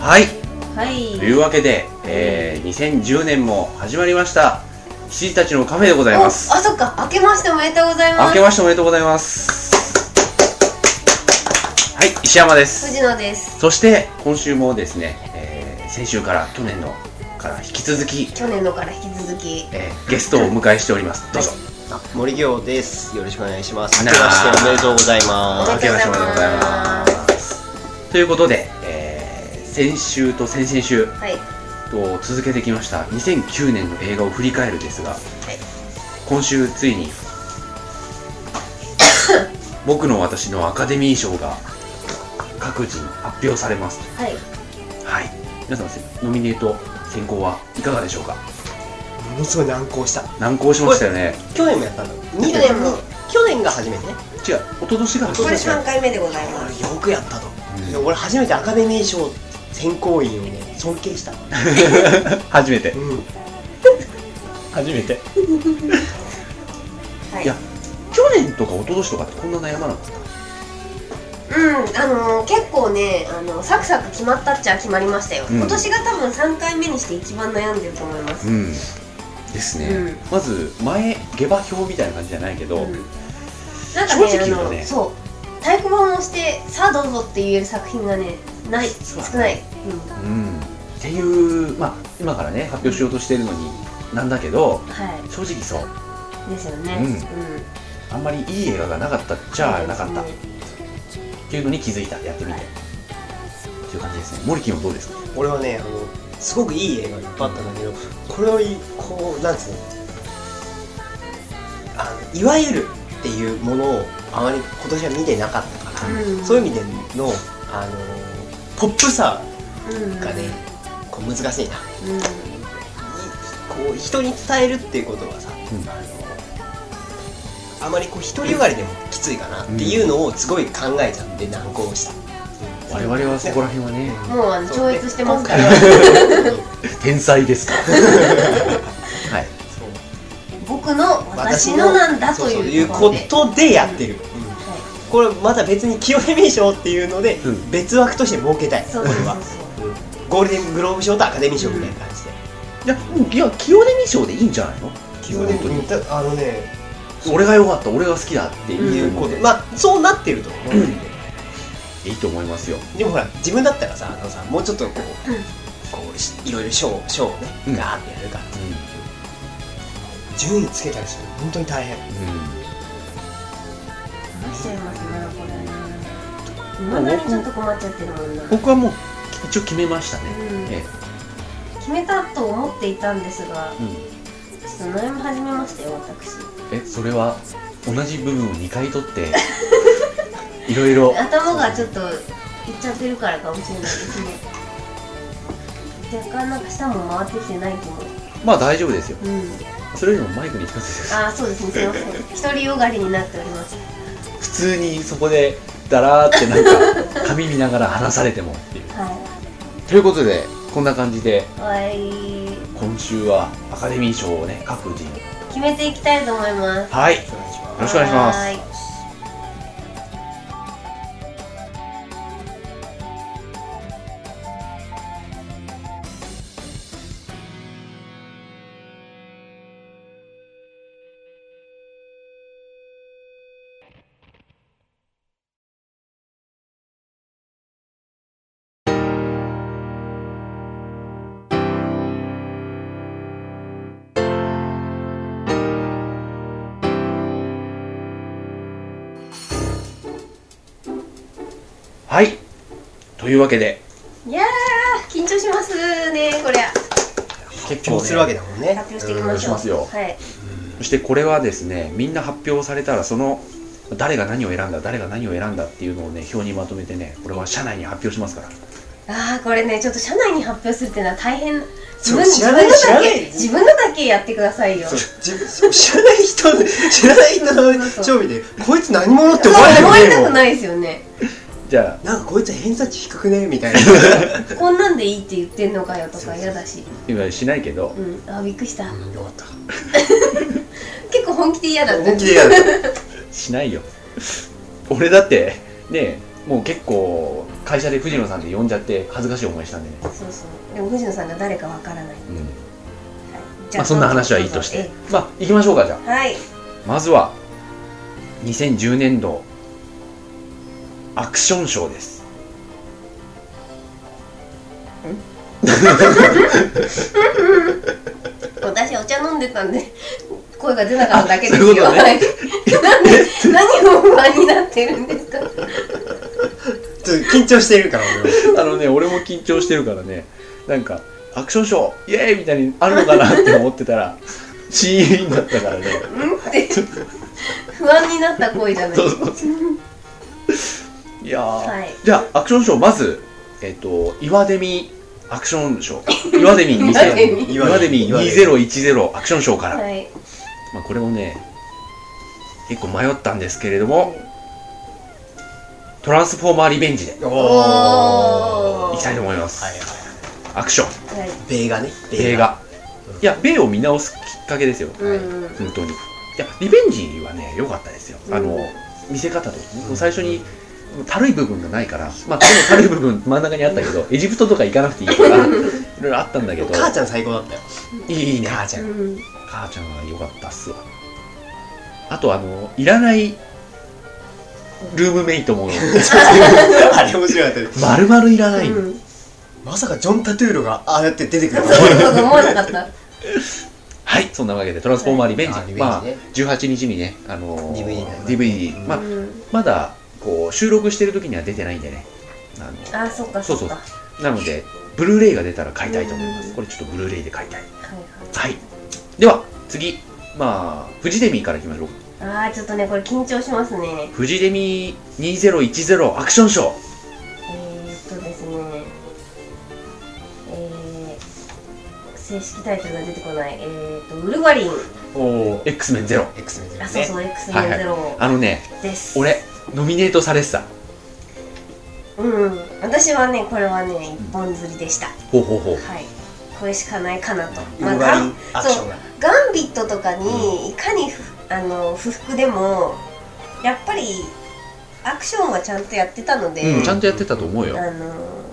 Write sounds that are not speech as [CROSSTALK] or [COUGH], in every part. はいはいというわけで、えー2010年も始まりました羊たちのカフェでございますおあそっか明けましておめでとうございます明けましておめでとうございますはい石山です藤野ですそして今週もですね、えー先週から去年のから引き続き、去年のから引き続きえーゲストをお迎えしておりますどうぞあ森行です。よろしくお願いします。あ明らけーましておめでとうございま明けましておめでとうございますということで、えー先週と先々週はいと続けてきました2009年の映画を振り返るですが、今週つい [COUGHS] に僕の私のアカデミー賞が各人発表されますはいはい皆さんノミネート選考はいかがでしょうかものすごい難航した難航しましたよねす。去年もやったの。去年も去年が初めてね。違う一昨年が初こめれて3回目でございま俺すよくやったと。うん俺初めてアカデミー賞選考員をね尊敬した。う初めてん。初めてはいいや去年とか一昨年とかってこんな悩まなかっうんあのー結構ねあのサクサク決まったっちゃ決まりましたよ、うん今年が多分3回目にして一番悩んでると思いまたす、うんですね、うんまず前下馬評みたいな感じじゃないけど、うんなんかね正直言うあとのねそう太鼓判を押してさあどうぞって言える作品がねないそうだね少ない、うんっていう、まあ、今からね発表しようとしているのになんだけどうん、は正直そういですよねうんうんあんまりいい映画がなかったっちゃなかったっていうのに気づいたやってみて、はっいていう感じですねモリキンはどうですか俺はねあのすごくいい映画いっぱいあったんだけど、これをいこうなんつうの。あのいわゆるっていうものをあまり今年は見てなかったから、うんそういう意味でのあのポップさうんがね、こう難しいな。うんこう人に伝えるっていうことはさ、うんあのあまりこう独りよがりでもきついかなっていうのをすごい考えちゃって難航した、我々はそこら辺はねもうあのそう超ね越してますか今ら回は天才 [LAUGHS] ですからはいそう僕の私のなんだとそうそういうこでとでやってる、はいこれまた別に清ミ賞っていうので、うん別枠として設けたいそうこそうれそうは、ゴールデングローブ賞とアカデミー賞みたいな感じで、いやもういや清デミ賞でいいんじゃないの本当にあのね俺が良かった俺が好きだってっていいううこことと、で、まあそうなってると思うんだけど、いいと思いますよでもほら自分だったらさあのさもうちょっとこう,、うんこうしいろいろ賞賞をね、うんガーってやるからう順位つけたりするの本当に大変ん、うん困っちゃいますねこれね今だにちょっと困っちゃってるもんな、う僕はもう一応決めましたね、ん、え決めたと思っていたんですがえうんちょっと悩み始めましたよ私えそれは同じ部分を2回取って [LAUGHS] いろいろ頭がちょっといっちゃってるからかもしれないですね若干なんか下も回ってきてないと思うまあ大丈夫ですようんそれよりもマイクに近づいてますああそうですねすいません独りよがりになっております普通にそこでダラーってなんか髪見ながら話されてもっていうはということでこんな感じでいはい今週はアカデミー賞をね各人決めていきたいと思いますはいお願いしますよろしくお願いしますはーいはいというわけでいやー緊張しますねこれ結今構、日するわね、けだもんね発表していきましょううんしますよはいそしてこれはですねみんな発表されたらその誰が何を選んだ誰が何を選んだっていうのをね表にまとめてねこれは社内に発表しますからああこれねちょっと社内に発表するっていうのは大変自そう分知らない自分のだ知らなけい自分のだけやってくださいよそう自分そう知らない人知らない人そうそうの賞味でこいつ何者ってそう思われ思われるたくよないですよねじゃあなんかこいつ偏差値低くね [LAUGHS] みたいなこんなんでいいって言ってんのかよとそうかそう嫌だし今しないけど、うんあーびっくりしたうんよかった結構本気で嫌だった本気でやるしないよ俺だってねもう結構会社で藤野さんで呼んじゃって恥ずかしい思いしたんでね、そうそうでも藤野さんが誰かわからない、はうい、んじゃまあ、そんな話はいいとしどてうまぞあ行きましょうかじゃあえはいまずは2010年度アクション賞です私お茶飲んでたんで声が出なかっただけですあそういようことねはいなんで何を不安になってるんですかちょっと緊張してるから俺はあのね、俺も緊張してるからね、なんか、アクションショー、イエーイみたいにあるのかなって思ってたら、シーンだったからね。うんって不安になった声じゃないそうそうそういやー、はいじゃあ、アクションショー、まず、えっ、と、岩デミアクションショー、岩デ [LAUGHS] ミ岩デミ2000岩デミ岩デ2010アクションショーから、はいまあ、これもね、結構迷ったんですけれども、トランスフォーマーリベンジでおーいきたいと思います。はいはアクション。はい米がね映画いや米を見直すきっかけですようんうん本当にいやリベンジはね良かったですよあの、うん見せ方とうん最初にたるい部分がないからまあでもたるい部分真ん中にあったけ [LAUGHS] どエジプトとか行かなくていいからいろいろあったんだけど母ちゃん最高だったよいいね母ち [LAUGHS] ゃんうん母ちゃんは良かったっすわあとあのいらないルームメイト [LAUGHS] もあれ面白かったです丸々いらない、うんまさかジョン・タトゥーロがああやって出てくるとはそういうこと思わなかったはいそんなわけで「トランスフォーマーリベンジ」はいあリベンジねまあ18日にねあの DVD になります DVD うんまあうんまだこう収録してる時には出てないんでねあのあそっかそそうそっうかなのでブルーレイが出たら買いたいと思いまうすんこれちょっとブルーレイで買いたいはいはいはいでは次まあフジデミーからいきましょうあーちょっとねこれ緊張しますねフジデミー2010アクションショーえー、っとですねえー、正式タイトルが出てこないえー、っとウルヴァリンお X メンゼロ X メンあですそうそうね X はいはメいンゼロあのねです、俺ノミネートされてたうん私はねこれはね一本釣りでした、ほうほうほうはいこれしかないかなとウルヴァリンアクションがガンビットとかにいかにふあの不服でもやっぱりアクションはちゃんとやってたので、うんちゃんとやってたと思うよあのー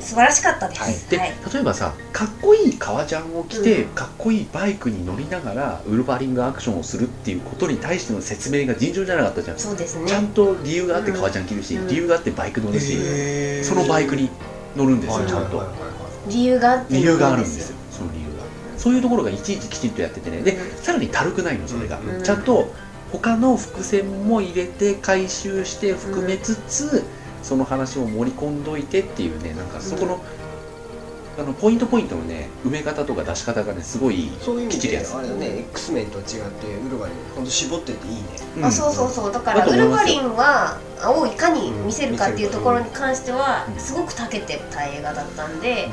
素晴らしかったではいす。ではい、例えばさかっこいい革ジャンを着て、うんかっこいいバイクに乗りながらウルヴァリングアクションをするっていうことに対しての説明が尋常じゃなかったじゃんそうですちゃんね。と理由があって革ちゃん着るし、うん理由があってバイク乗るし、へーそのバイクに乗るんですよ、はいちゃんと、はいはいはい理由があって理由があるんですよその理由がそういうところがいちいちきちんとやっててねでうんさらにたるくないのそれが、うんちゃんと他の伏線も入れて回収して含めつつ、その話を盛り込んどいてっていうねなんかそこの、あのポイントポイントのね埋め方とか出し方がねすごいそういう意きっち味りでやつあれだね X メンと違ってウルヴァリンほんと絞ってていいねうんあそうそうそうだからだウとル思いまヴァすよリンはをいかに見せるかっていうところに関してはうんすごく長けてた映画だったんで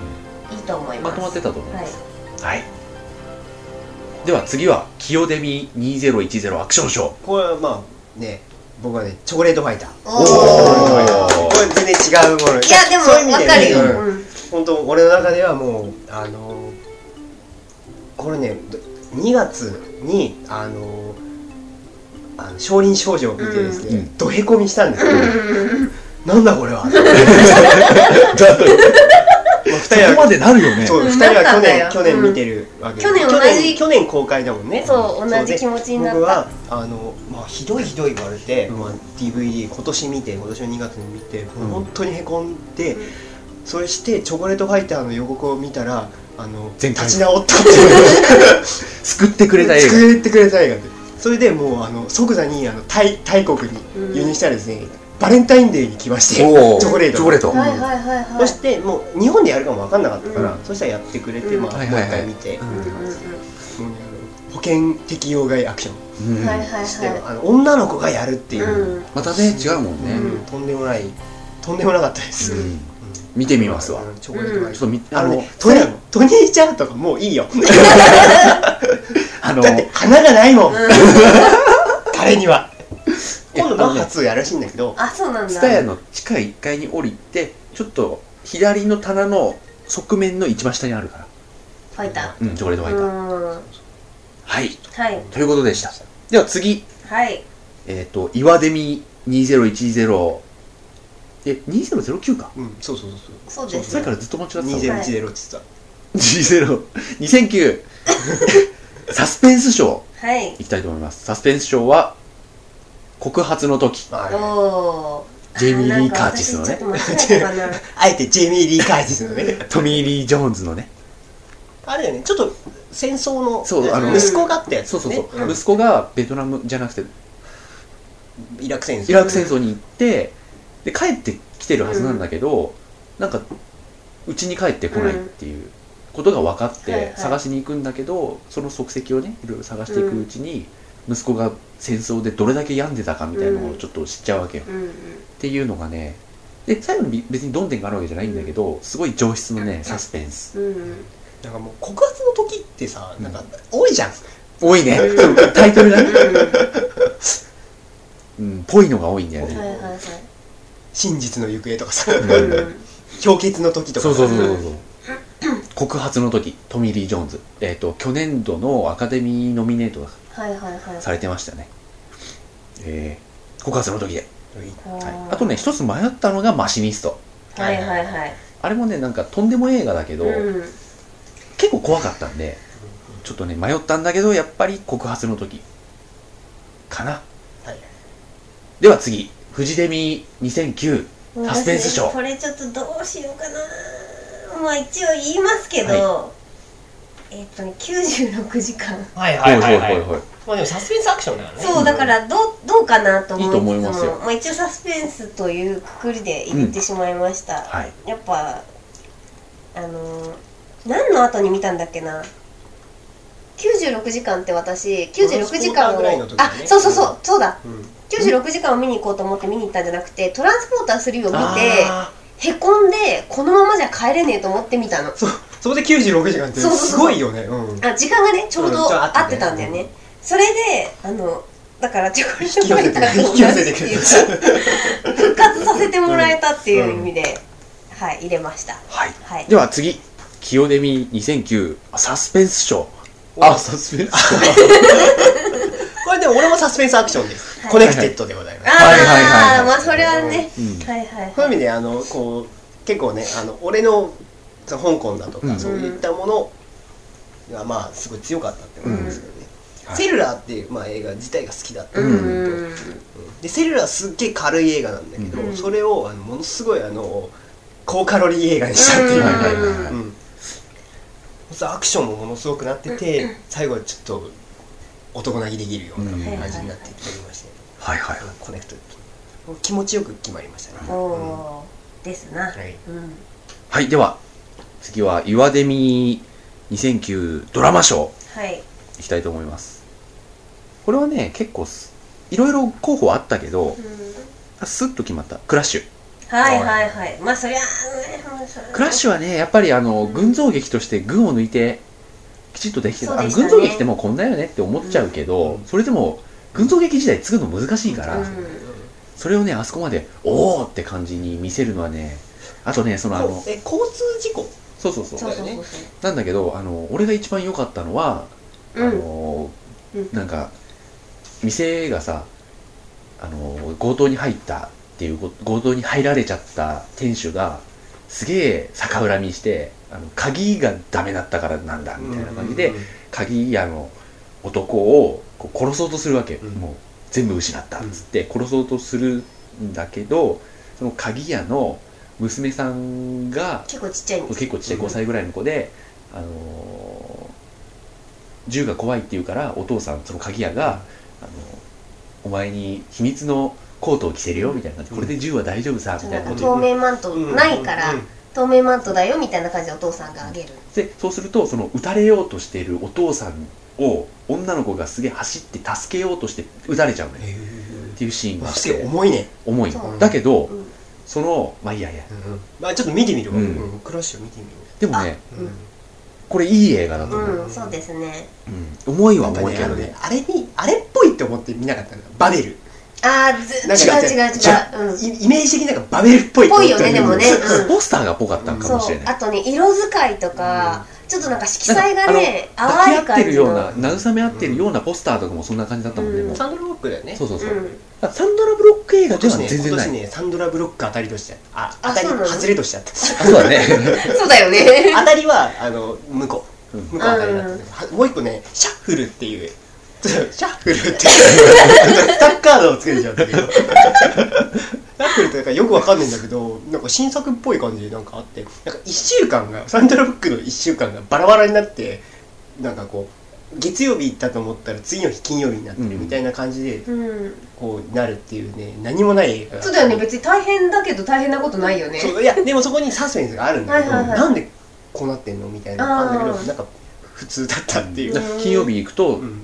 ういいと思いんま。ますとまってたと思います、はい。はい。では次は、キヨデミ2010アクションショー。これはまあね僕はねチョコレートファイターおおお。ーこれ全然違うものいやでもそういう意わ味かるでねよ。うんうん本当俺の中ではもうあのこれね2月にあのあの少林少女を見てですね、うんどへこみしたんですけど、うんなんだこれはまあ [LAUGHS] そこま二人はでなるよね。そううん2人はな去んだよ年去年見てるわけで去年同じ去年去年公開だもんね [LAUGHS] そう同じ気持持ちにな僕ったは。あの、まあ、ひどいひどい言われて、うんまあ、DVD 今年見て今年の2月に見て、ん本当にへこんで、うんそしてチョコレートファイターの予告を見たらあの全立体ち直ったっていう [LAUGHS] 救ってくれた映画。作ってくれた映画でそれでもうあの即座にあのタイタイ国に輸入したらですね、バレンタインデーに来ましておーチョコレートチョコレートはいはいはいはい。そしてもう日本でやるかも分かんなかったから、うんそしたらやってくれて、うんまあ、はいもはういはい一回見て、うんうんうんもうねあの保険適用外アクショうんうん。はいはいンして、はあの女の子がやるってい。いう、うん。またね、違うもんね。うんとんでもないとんでもなかったです、ううんん見てみますわ。チョコレートがいちょいっとみ、ああののね、トニートニーちゃんとかもういいよあの、 [LAUGHS] だって花がないもん、うん彼には今度いやあのマッねハ2やるらしいんだけどあ、そうなんだ。ツタヤの地下1階に降りて、ちょっと左の棚の側面の一番下にあるから。ファイタうん、チョコレートー。ファイター。うん。はい。はい。ということでした。では次、はい。えっ、と、岩デミ2010え2009かうんそうそうそそううですさっきからずっと間違ってそたうわ2010って言ってた、 2009 [LAUGHS] サスペンス賞はいいきたいと思いますサスペンス賞は告発の時まああれおージェイミーリーカーティスのねあなんか私ちょっと間違えたかなあえてジェイミー・リー・カーティスのねトミー・リー・ジョーンズのね [LAUGHS] あれだよねちょっと戦争のそうあの息子があったやつ、そね、うそうそう、ん息子がベトナムじゃなくてイラク戦争イラク戦争に行ってで帰ってきてるはずなんだけど、なんかうちに帰ってこないっていうことが分かっはいはてい探しに行くんだけど、その足跡をねいろいろ探していくうちに、息子が戦争でどれだけ病んでたかみたいなのをちょっと知っちゃうわけよ、うんうっんていうのがねで最後にび別にどんでんがあるわけじゃないんだけど、すごい上質のねサスペンスうんうんなんかもう告発の時ってさなんか多いじゃん、多いねタイトルだねうんぽいのが多いんだようんね、はいはいはい真実の行方とかさうんうんうん [LAUGHS] 氷結の時とかそうさそうそうそう [LAUGHS] そう告発の時トミー・リー・ジョーンズ、えー、と去年度のアカデミーノミネートがはいはいはいされてましたね、えー告発の時で、おはいーあとね一つ迷ったのがマシニストはいはいはいあれもねなんかとんでも映画だけど、うん結構怖かったんでちょっとね迷ったんだけどやっぱり告発の時かなはいでは次フジデミー2009サスペンスショー私これちょっとどうしようかなまあ一応言いますけど、えっとね96時間はいはいはいはいほいまあでもサスペンスアクションだからねそうだからどうどうかなと思いついいつもと思いますよあ、一応サスペンスというくくりで言ってしまいました、はいやっぱあのー何の後に見たんだっけな96時間って私96時トランスポータ間ーを、ぐらいの時だあねそうそうそうそうだうん、 96時間を見に行こうと思って見に行ったんじゃなくてトランスポーター3を見てあへこんでこのままじゃ帰れねえと思ってみたのそうそこで96時間ってそうそうそうすごいよねうんあ時間がねちょううんちどょうど合ってね合ってたんだよね、それであのだからチョコレート引き寄せてくれる引き寄せてくれる復活させてもらえたっていう意味で、はい入れましたーはいはいでは次キヨデミー2009あサスペンス賞おあサスペンス賞 [LAUGHS] これでも俺もサスペンスアクションです、はいコネクテッドでございます、ああ、はいはいはいはいまあそれはね、うんはいはいそういうは意い味であのこう結構ねあの俺のその香港だとか、うんそういったものがまあすごい強かったって思うんですけどね、うんセルラーっていう、まあ、映画自体が好きだったうんんだけど、うんでセルラーすっげえ軽い映画なんだけど、うんそれをあのものすごいあの高カロリー映画にしたっていうはいか、はいはいはいうんそうアクションもものすごくなってて最後はちょっと男泣きできるような感じになってきまして、はいはいうんコネクト気持ちよく決まりましたね、おうんはおーですな、い、うんはいでは次は岩デミー2009ドラマ賞はいいきたいと思いますこれはね結構すいろいろ候補あったけどスッと決まったクラッシュはいはいはいまあそりゃあのねまあそりゃクラッシュはねやっぱりあの群像劇として群を抜いてきちっとできてた、そうあでしたね群像劇ってもうこんなよねって思っちゃうけど、それでも群像劇時代作るの難しいから、うんそれをねあそこまでおおって感じに見せるのはねあとねそのあのそうえ交通事故そうそうそうそうそうそうなんだけどあの俺が一番良かったのは、そうあうんのうんなんか店がさあの強盗に入ったっていうこと強盗に入られちゃった店主がすげえ逆恨みしてあの鍵がダメだったからなんだみたいな感じで、うん鍵屋の男をこう殺そうとするわけ、うんもう全部失ったっつって殺そうとするんだけどその鍵屋の娘さんが結構ちっちゃいんです結構ちっちゃいうん5歳ぐらいの子で、あのー銃が怖いって言うからお父さんその鍵屋が、あのお前に秘密のコートを着せるよみたいな感じで、これで銃は大丈夫さみたいななこんかと透明マントうんないから、うん透明マントだよみたいな感じでお父さんがあげるでそうするとその撃たれようとしているお父さんを女の子がすげえ走って助けようとして撃たれちゃうのよへっていうシーンーがあっすげえて重いね、重いそうだけど、うんそのまあいいやいやまあ、ちょっと見てみるわ、ううんんクラッシュ見てみるでもねわ、うんこれいい映画だと思う、うんそうですねうん重いはなんか重いねけあどのねねあれにあれっぽいって思って見なかったのよバベルあーずなん違かう違うじゃ違ううんイイメージ的になんかバベルっぽいぽいよねでもねそううんポスターがぽかったのかもしそれうないあとね色使いとか、ちょっとなんか色彩がね抱き淡い合って感るじようのな慰め合ってるようなポスターとかもそんな感じだったもんね、うんもうサンドロックだよねそうそうそう、うんあサンドラブロック映画今では年ね全然今な年い、ねサンドラブロック当たりとしてああ当たりそうなの外れとしてあったあそうだね [LAUGHS] そうだよ [LAUGHS] ね当たりはあの向こううん向こう当たりだったんですはもう一個ねシャッフルっていうちょっとシャッフルっていうスタッカードをつけてちゃったけどシャッフルってなんかよくわかんないんだけどなんか新作っぽい感じでなんかあってなんか1週間がサンドラブロックの1週間がバラバラになってなんかこう月曜日行ったと思ったら次の日金曜日になってるみたいな感じでうんこうなるっていうね何もない映画がそうだよね別に大変だけど大変なことないよねそういやでもそこにサスペンスがあるんだけど、はいはいはいなんでこうなってんのみたいなのがあるんあだけーどなんか普通だったっていう、だから金曜日行くと、うん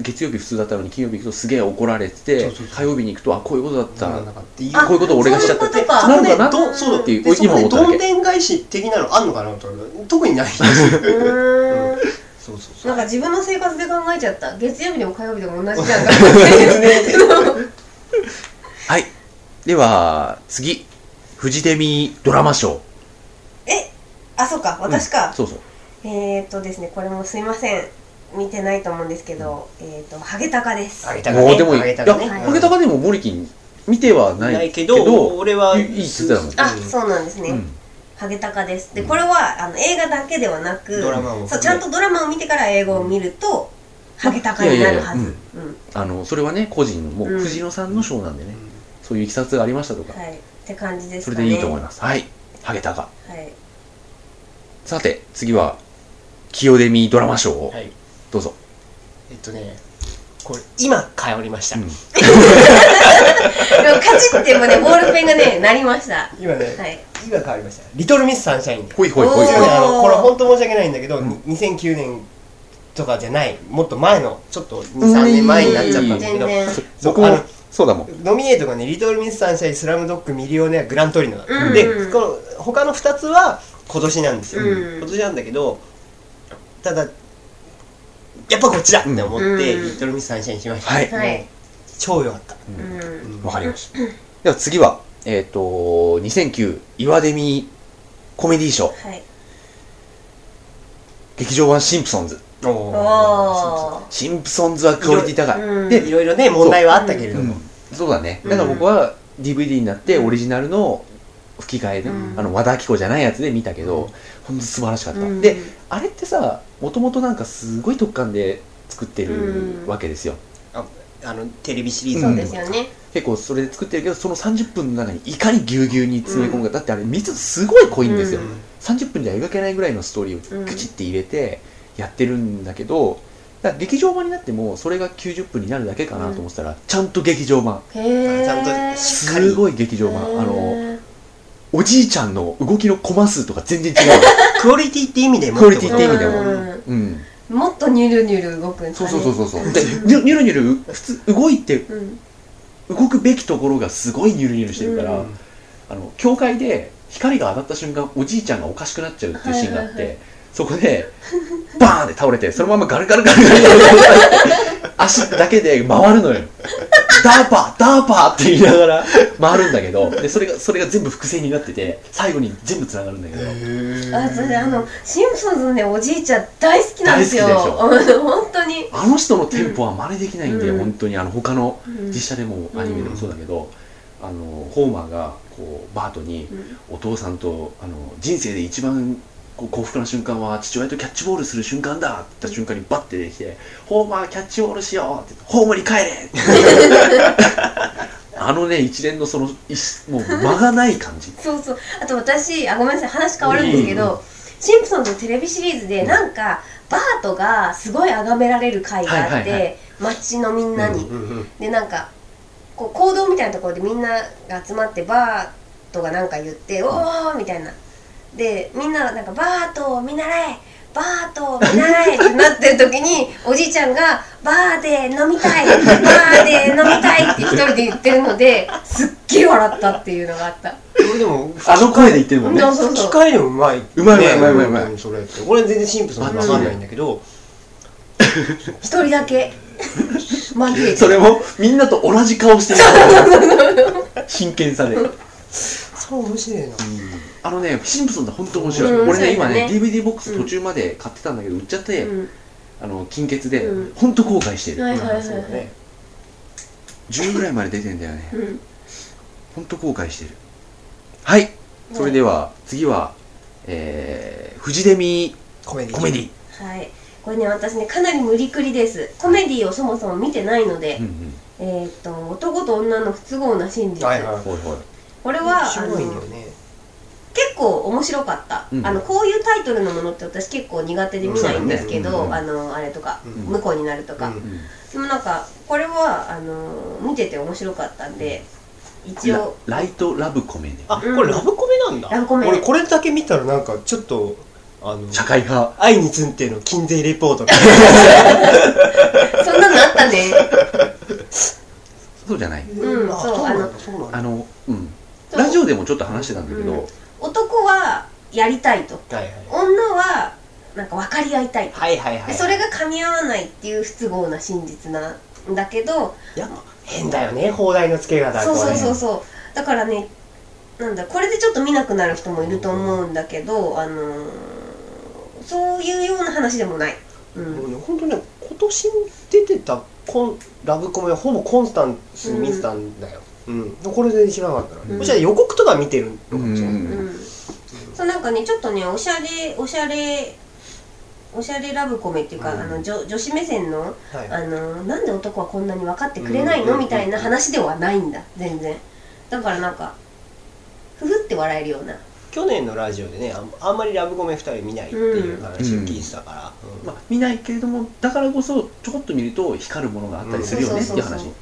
月曜日普通だったのに金曜日行くとすげえ怒られててそうそうそう火曜日に行くとあこういうことだった、なんだかっていうあこういうこと俺がしちゃったってそういうことかなるかなそこでどそうだっていうでそ今こ思でっただどんけでん返し的なのあんのかなと思ったら特にないうーんそうそうそうなんか自分の生活で考えちゃった月曜日でも火曜日でも同じじゃん [LAUGHS] かはいでは次フジテミドラマ賞あそうか私か、そうそうえー、っとですねこれもすいません見てないと思うんですけど、えー、っとハゲタカですあげたかもうねでもいいあいやげたかねはいハゲタカでもモリキン見てはないないけど俺はいいいいって言ってあそうなんですね、うんハゲタカですでこれはあの映画だけではなくドラマもそうちゃんとドラマを見てから英語を見ると、ハゲタカいやにいやないるやはうずんあのそれはね個人のもううん藤野さんの賞なんでね、そういういきさつがありましたとか、はいって感じですそかれねでいいと思いまますはいハゲタカす、はい、さて次は清デミドラマ賞を、はいどうぞ、えっとねこれ今通りました、うんでもカチッてもねボールペンがねなりました今ね、はい今変わりましたリトルミスサンシャインでほいほいほいほおーいでもねはあのこれ本当申し訳ないんだけど、2009年とかじゃないもっと前のちょっと23年前になっちゃったんだけ全ど然いそう僕あものそうだもんノミネートがね「リトル・ミス・サンシャイン」「スラムドッグ」「ミリオネア」「グラントリノ」だった、うんでこの他の2つは今年なんですよ、うん今年なんだけどただやっぱこっちだって思って「うんリトル・ミス・サンシャイン」しました、はいはい、超良かった、ううんんうんわかりましたでは次はえっ、と2009岩デミコメディ賞はい。劇場版シンプソンズおおーお。シンプソンズはクオリティ高い、うんでいろいろね問題はあったけれどうも、ん、そうだねだから僕は DVD になってうんオリジナルの吹き替えで、うんあの和田アキ子じゃないやつで見たけど、ほんと素晴らしかった、うんであれってさもともとなんかすごい特感で作ってうるんわけですよ、あのテレビシリーズそのうですよね。結構それで作ってるけどその30分の中にいかにぎゅうぎゅうに詰め込むか、だってあれ3つすごい濃いんですよ、う30分じゃ描けないぐらいのストーリーをぐちって入れてやってるんだけど、だから劇場版になってもそれが90分になるだけかなと思ってたら、ちゃんと劇場版へえ。ちゃんとしっかりすごい劇場版あのおじいちゃんの動きのコマ数とか全然違クオリティって意味でもクオリティって意味でもも。ううんもっとニュルニュル動くんですそうかね。そうそうそうそうでニュニュルニュル普通動いてうん。動くべきところがすごいニュルニュルしてるから、うんあの教会で光が当たった瞬間おじいちゃんがおかしくなっちゃうっていうシーンがあって、はいはいはそこ [LAUGHS] でバーンって倒れてそのままガルガルガルガルガルガルって足だけで回るのよダーパーダーパーって言いながら回るんだけどでそれがそれが全部伏線になってて最後に全部つながるんだけどあ、私あのシンプソンズのねおじいちゃん大好きなんですよ。大好うん [LAUGHS] 本当に。あの人のテンポは真似できないんで、うん本当にあの他のうん実写でもアニメでもそうだけど、あのホーマーがこうバートにうんお父さんとあの人生で一番こう幸福な瞬間は父親とキャッチボールする瞬間だって言った瞬間にバッて出てきて「ホーマーキャッチボールしよう」って言ってホームに帰れ!」って [LAUGHS] あのね一連のそのいしもう間がない感じそうそう。あと私あごめんなさい話変わるんですけうんうんど。シンプソンズのテレビシリーズでなんかバートがすごい崇められる回があっはいはいはて街のみんなにうんうんでなんかこう行動みたいなところでみんなが集まってバートがなんか言って「おー!」みたいなでみんななんか「バートを見習えバートを見習え!」ってなってる時におじいちゃんが「バーで飲みたいバーで飲みたい」って一人で言ってるのですっげえ笑ったっていうのがあった俺でもあの声で言ってるもんねそうそう機そう械のうまいうまいうまいうまいうまい本当にそれって俺全然シンプソンズわかんないんだけど一人だけ紛れ [LAUGHS] てそれもみんなと同じ顔してる真剣さでれ面白いなあのねシンプソンだ本当面白い、うん俺ねそう今だねね DVD ボックス途中まで買ってたんだけど売っちゃって、うんあの金欠で、うん本当後悔してる、はいはいはいそうだね10ぐらいまで出てんだよねうん本当後悔してるはいそれでは次はえー、フジデミコメディコメディ、はいこれね私ねかなり無理くりですコメディをそもそも見てないので、うんうん、えーっと男と女の不都合な真実、はいはいほいほいこれは面白いんだよあのね結構面白かった、うんあのこういうタイトルのものって私結構苦手で見ないんですけそうど、だあのあれとか、うん向こうになるとか、うんでもなんかこれはあの見てて面白かったんで一応ラライトラブコメディあ、これラブコメなんだ。ラブコメ俺これだけ見たらなんかちょっとあの社会派愛についての金税レポートがそんなのあった [LAUGHS] ねそうじゃないうんあそうなんだあのそうなんだあのうんそうラジオでもちょっと話してたんだけど、うん男はやりたいとはいはい女はなんか分かり合いたいとはいはいはでいそれが噛み合わないっていう不都合な真実なんだけどやっぱ変だよね放題の付け方そうそうこそうそうだからねなんだこれでちょっと見なくなる人もいると思うんだけど、あのーそういうような話でもない、うれもん、うね本当ね今年出てたコンラブコメはほぼコンスタンスに見てたんだよ、うんこれで知らなかったうな、んこちら予告とか見てるのかもしれない、うんうんそうなんかねちょっとねおしゃれおしゃれおしゃれラブコメっていうか、うんあの女女子目線のはいあのなんで男はこんなに分かってくれないうんのみたいな話ではないんだ全然だからなんかふふって笑えるような去年のラジオでねあんあんまりラブコメ2人見ないっていう話を聞いてたから、うんまあ、見ないけれどもだからこそちょこっと見ると光るものがあったりするよねっていう話、うん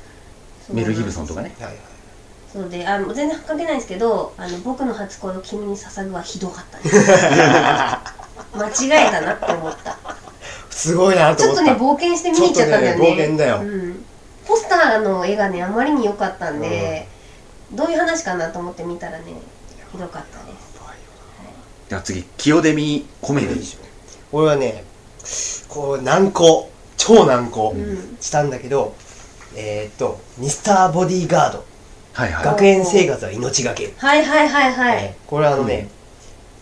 メル・ギブソンとかねはいはいそうであの全然関係ないんですけどあの僕の初恋を君に捧ぐはひどかったね [LAUGHS] 間違えたなって思ったすごいなとちょ思っとったね冒険して見に行っちゃったんだよねちょっとね冒険だようん、ポスターの絵がねあまりに良かったんで、どういう話かなと思って見たらねひどかったですでは次キヨデミコメディ俺はねこう難航超難航うんしたんだけど、えーっと「ミスターボディーガードはいはい学園生活は命がけ」はいはいはいはいねこれはあのね、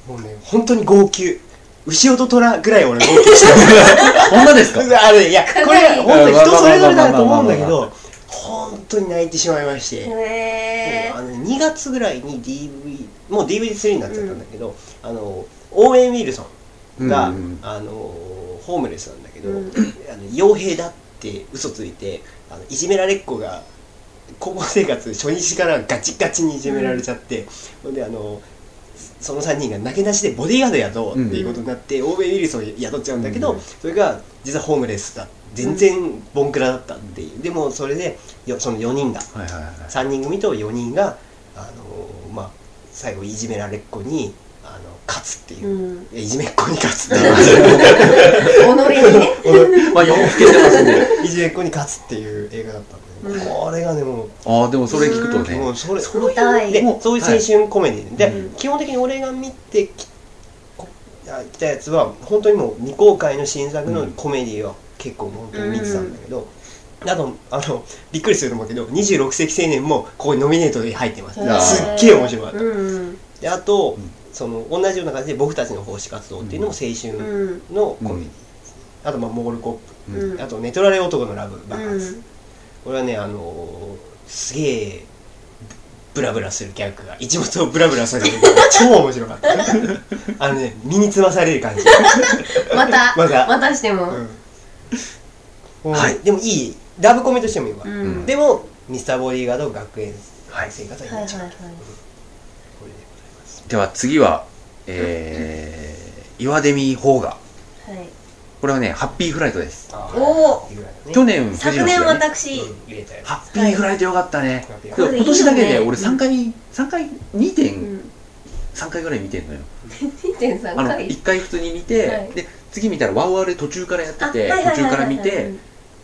もうね本当に号泣牛音虎ぐらい俺号泣した [LAUGHS] こんなですかあれいやこれは本当に人それぞれだと思うんだけまあど本当に泣いてしまいまして、へあの2月ぐらいに DV もう DVD3 になっちゃったんだけど、あのオーウェン・ウィルソンが、うんうんあのホームレスなんだけど、うんあの傭兵だって嘘ついてあのいじめられっ子が高校生活初日からガチガチにいじめられちゃって、ほんであのその3人が泣け出しでボディーガード雇うっていうことになって、オーウェン・ウィルソンを雇っちゃうんだけど、うんそれが実はホームレスだ全然ボンクラだったっていう、でもそれでよその4人がはいはいはい3人組と4人が、あのーまあ、最後いじめられっ子にあの勝つっていう、うん、いじめっ子に勝つっていう己にねまあ洋服着てますね [LAUGHS] いじめっ子に勝つっていう映画だったんで、ねうこれがねもうああでもそれ聞くともねうそれ見たいでもうそういう青春コメディで、う基本的に俺が見てきこあ来たやつは本当にもう未公開の新作のコメディを結構本当に見てたんだけど、あとあのびっくりすると思うけど26世紀青年もここにノミネートで入ってますいやーすっげえ面白いうんであと、うんその同じような感じで僕たちの奉仕活動っていうのも青う春んのコうメディ、んあとまあモールコううんッんプあと寝取られ男のラブ爆う発、んこれはねあのーすげえブラブラするギャグが一物をブラブラさせる [LAUGHS] 超面白かった [LAUGHS] あのね身につまされる感じまた [LAUGHS] またまたしてもうんはいでもいいラブコメとしてもいいわ、うんでもミスターボディーガード学園はい生活ははいいはいいちゃう、はいこれでございますでは次はえー岩デミ邦画はいこれはねハッピーフライトですおーっていうぐらいだね去年富士昨の日年だね私うん入れたよハッピーフライトよかったねハッピーフ今ライト年だけいいでよね俺3回3回う2.3ん回ぐらい見てんのよ2.3あの回1回普通に見て、はいで次見たらワウワウで途中からやっててはいはいはいはい途中から見て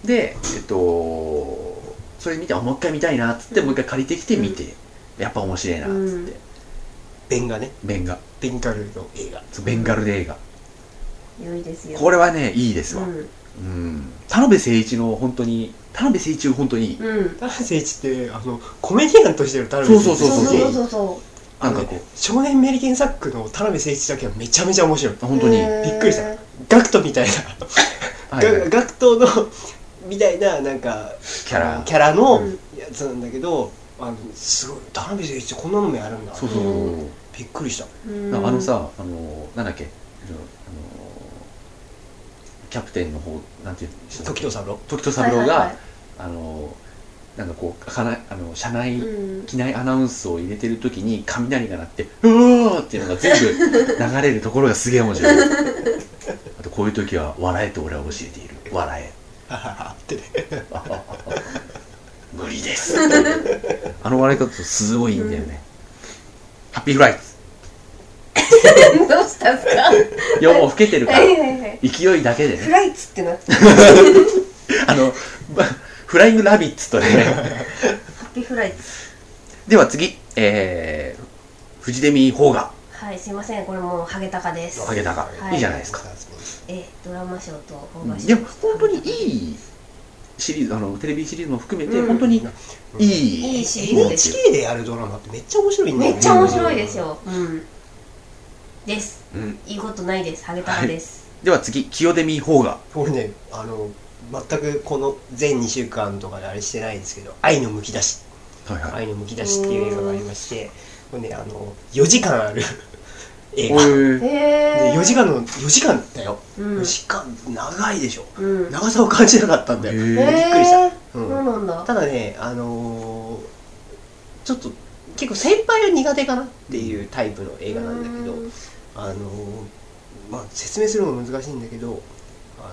でえっとそれ見てあもう一回見たいなっつって、うんもう一回借りてきて見て、やっぱ面白いなっつって、ベンがねベンガベンガルの映画そうベンガルで映画、良いですよこれはねいいですわ、ううんん田辺誠一の本当に田辺誠一本当にいい、うん田辺誠一ってあのコメディアンとしての田そう辺そう誠一そうそうそうそうそうあのなんかこね、少年メリケンサックの田辺誠一だけはめちゃめちゃ面白い。本当に、へーびっくりしたガクトみたいな、はいはいガガクトのみたいな、なんか、キャラキャラのうんやつなんだけど、あのすごい、田辺誠一こんなのもやるんだ。そうそうそうびっくりした。なあのさあのなんだっけあのキャプテンの方なんていうの時藤三郎。時と三郎が、はいはいはいあのなんかこうかなあの社内うん機内アナウンスを入れてる時に雷が鳴って「うわ!」っていうのが全部流れるところがすげえ面白い [LAUGHS] あとこういう時は「笑え」と俺は教えている「笑えはははってね。」 「無理です」 [LAUGHS] あの笑い方すごいいいんだよね、ハッピーフライ [LAUGHS] どうしたん [LAUGHS] すかズいやもう老けてるかはらいはいはい勢いだけでフねライツってなハあのばフライングラビッツとね [LAUGHS] ッピーフライツでは次えー、フジデミー・ホーガはいすいませんこれもうハゲタカですハゲタカ、はいい、いじゃないですかえドラマ賞と邦画賞でも本当にいいシリーズあのテレビシリーズも含めてうん本当にいい、いいシリーズですよ NHK でやるドラマってめっちゃ面白いんだよめねっちゃ面白いです。ようんですうんいいことないですハゲタカですでは次キヨデミー・ホーガ俺ね、あの、全くこの全2週間とかであれしてないんですけど、愛のむき出し。はいはい愛のむき出しっていう映画がありまして、これね、あの、4時間ある映画。おいへで4時間の、4時間だよ。うん4時間、長いでしょ。うん長さを感じなかったんだよ。へへーーびっくりしたうそうんなんだただね、あのーちょっと、結構先輩は苦手かなっていうタイプの映画なんだけど、うんあのーまあ、説明するのも難しいんだけど、あのー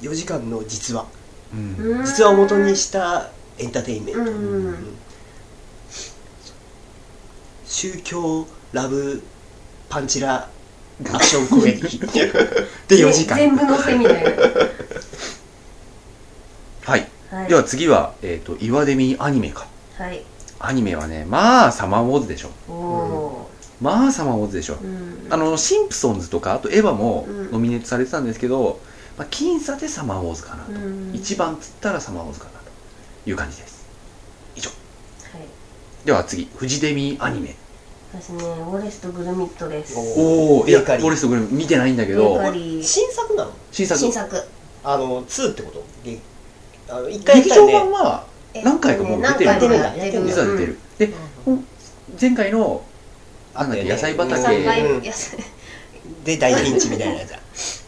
4時間の実話うん実話を元にしたエンターテインメント、うんうん宗教ラブパンチラアクションコメデ [LAUGHS] ィで4時間全部のせみたいなはい、はいでは次は、えっと岩デミーアニメかはいアニメはねまあサマーウォーズでしょおおまあサマーウォーズでしょ、ーうんあのシンプソンズとかあとエヴァもうんノミネートされてたんですけど、まあ、僅差でサマーウォーズかなと、うん一番つったらサマーウォーズかなという感じですはいでは次フジデミーアニメ私ねウォレスとグルミットですおおおいやベーカリー俺それ見てないんだけベーどカリー新作なの新作新作あの2ってことげあの1回やっ劇たよ場ね版は何回かもう出てる何回もやってうるん実は出てる、で前回のなんだっけあったよね野菜うん畑三回うんいやそれで大ピンチみたいなやつだ、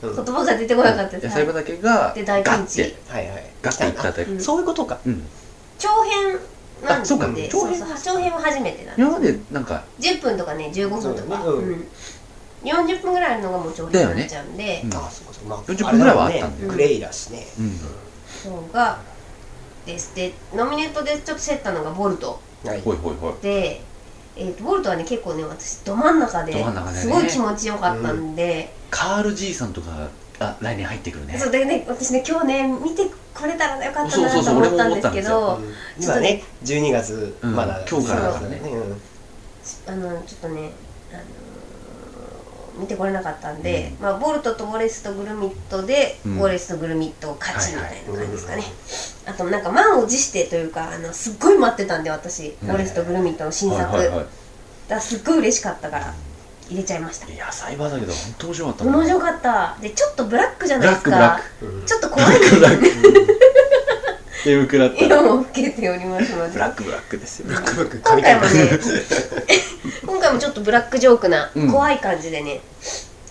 うん言は葉が出てこなかったで野す菜畑がで大ピガンッチていはいガッていっただけ、うんそういうことかうん、長編なあんでそうか長長編編そうそう長編は初めてなんで今までなんか10分とかね15分とか、そううだねうんん、40分ぐらいあるのがもう長編になっちゃうんで、うんあそうかそうか、まあ、 40分ぐらいはあったんだよれもねグレイだしね、うんそうがですでノミネートでちょっと競ったのがボルトはいほいほいほいで、えー、とボルトはね結構ね私ど真ん中でど真ん中でねすごい気持ちよかったんで、カール爺さんとかが来年入ってくるねそうでね私ね今日ね見てこれたらよかったそうそうなそとう思ったんですけ俺もどうん今ね12月うんまだ今日からだからねうあんのちょっとね、あのー見てこれなかったんで、まあ、ボルトとウォレスとグルミットで、うんウォレスとグルミットを勝ちみはいたはいいな感じですかね、あとなんか満を持してというかあのすっごい待ってたんで私、うんウォレスとグルミットの新作、はいはいだはからすっごい嬉しかったから入れちゃいましたい、野菜畑だ本当面白かったもん面白かったでちょっとブラックじゃブないラッですクブラかックうんちょっと怖いですブラックブラック手袋だったら色も老けておりますのブでラックブラックですよブラックブラック今神回回もね [LAUGHS] 今回もちょっとブラックジョークな、うん怖い感じでね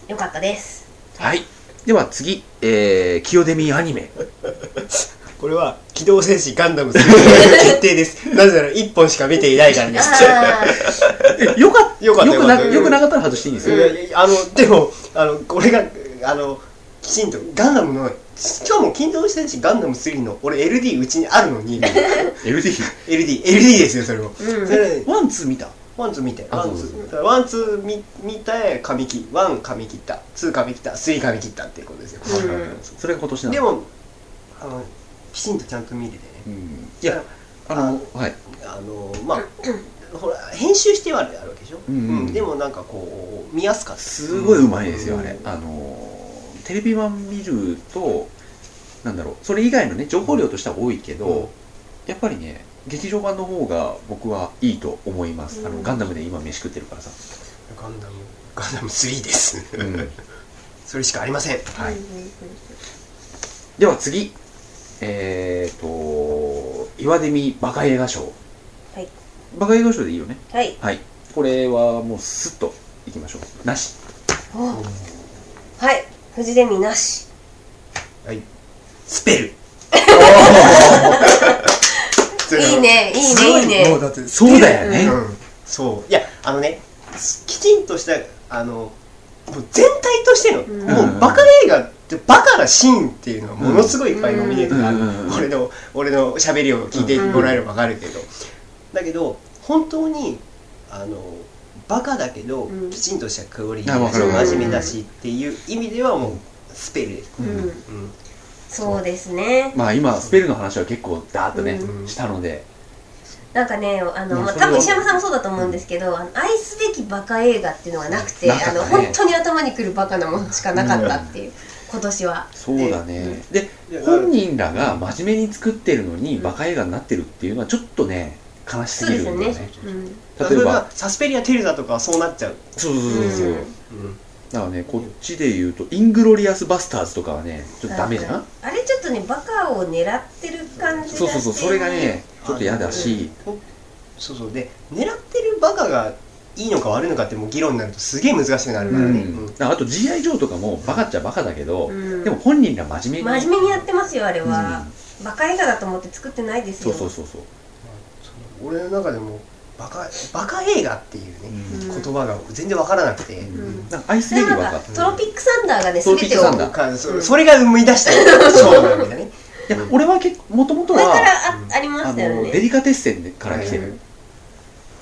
よかったですはいでは次えー、キヨデミーアニ [LAUGHS] メこれは機動戦士ガンダム決定ですなぜなら1本しか見ていないから [LAUGHS] ですあーよかったよかったよくなよかったよくなかったら外していいんですよ、うんあのでもあのこれがあのきちんとガンダムのしかも機動戦士ガンダム3の俺 LD うちにあるのに LD LD LD ですよそれも、うんそれワンツー見たワンツー見てあワそうンそツうそうーワンツー見見て髪切ワン髪切ったツー髪切ったスリー髪切ったっていうことですよ、うんそれが今年なのでもあのきちんとちゃんと見れてねうんいやあのはいあのまあほら編集してはあるわけでしょ、うんでもなんかこう見やすかったすごいうまいですよ、あれうんあのーテレビ版見るとなんだろうそれ以外のね情報量としては多いけど、うんやっぱりね劇場版の方が僕はいいと思います、あうのんガンダムで今飯食ってるからさ、ガンダムガンダム3です、うんそれしかありませんはいうんうんうんでは次えーと岩出美バカ映画賞はいバカ映画賞でいいよねはいはいこれはもうスッといきましょうなしおはいフジデミなしはいスペル [LAUGHS] いいねいいねいいもねうだってそうだよね、うん、そういやあのねきちんとしたあのもう全体としての、うんもうバカ映画ってバカなシーンっていうのはものすごいいっぱいノミネートがある、うんうんうん [LAUGHS] 俺の俺の喋りを聞いてもらえれば分かるけど、だけど本当にあのバカだけど、うんきちんとしたクオリティあわだかしるわかる真面目だしっていう意味ではもうスペルです、ううんんうん、そうですねまあ今スペルの話は結構ダーッとね、うんしたのでなんかねあの、うんまあ、それは多分石山さんもそうだと思うんですけど、あの愛すべきバカ映画っていうのがなくて、なかったあねの本当に頭にくるバカなものしかなかったっていう、今年はそうだね、でいや本人らが真面目に作ってるのにバカ映画になってるっていうのはちょっとね悲しそうすぎるですよんねだよねうんそ例えればがサスペリア・テルザとかはそうなっちゃう、そうそうそうそう、うんだからねこっちで言うとイングロリアス・バスターズとかはねちょっとダメじゃんあれちょっとねバカを狙ってる感じがしてそうそうそうそれがねちょっと嫌だし、そうそうで狙ってるバカがいいのか悪いのかってもう議論になるとすげえ難しくなるうかんらね、うんあと G.I. ジョーとかもバカっちゃバカだけど、うんでも本人ら真面目に真面目にやってますよあれうんは、バカ映画だと思って作ってないですそようそうそうそう、俺の中でもバカバカ映画っていうね、うん言葉が全然わからなくて、うんうんなんか愛すそべれきはバなんカかトロピックサンダーがねト全ロピッてクをサンダーだかそそれが生み出したそうなんだよねいや俺は結構もともとかはらあ,、うんありまあしたよのデねリカテッセンから来てる、うん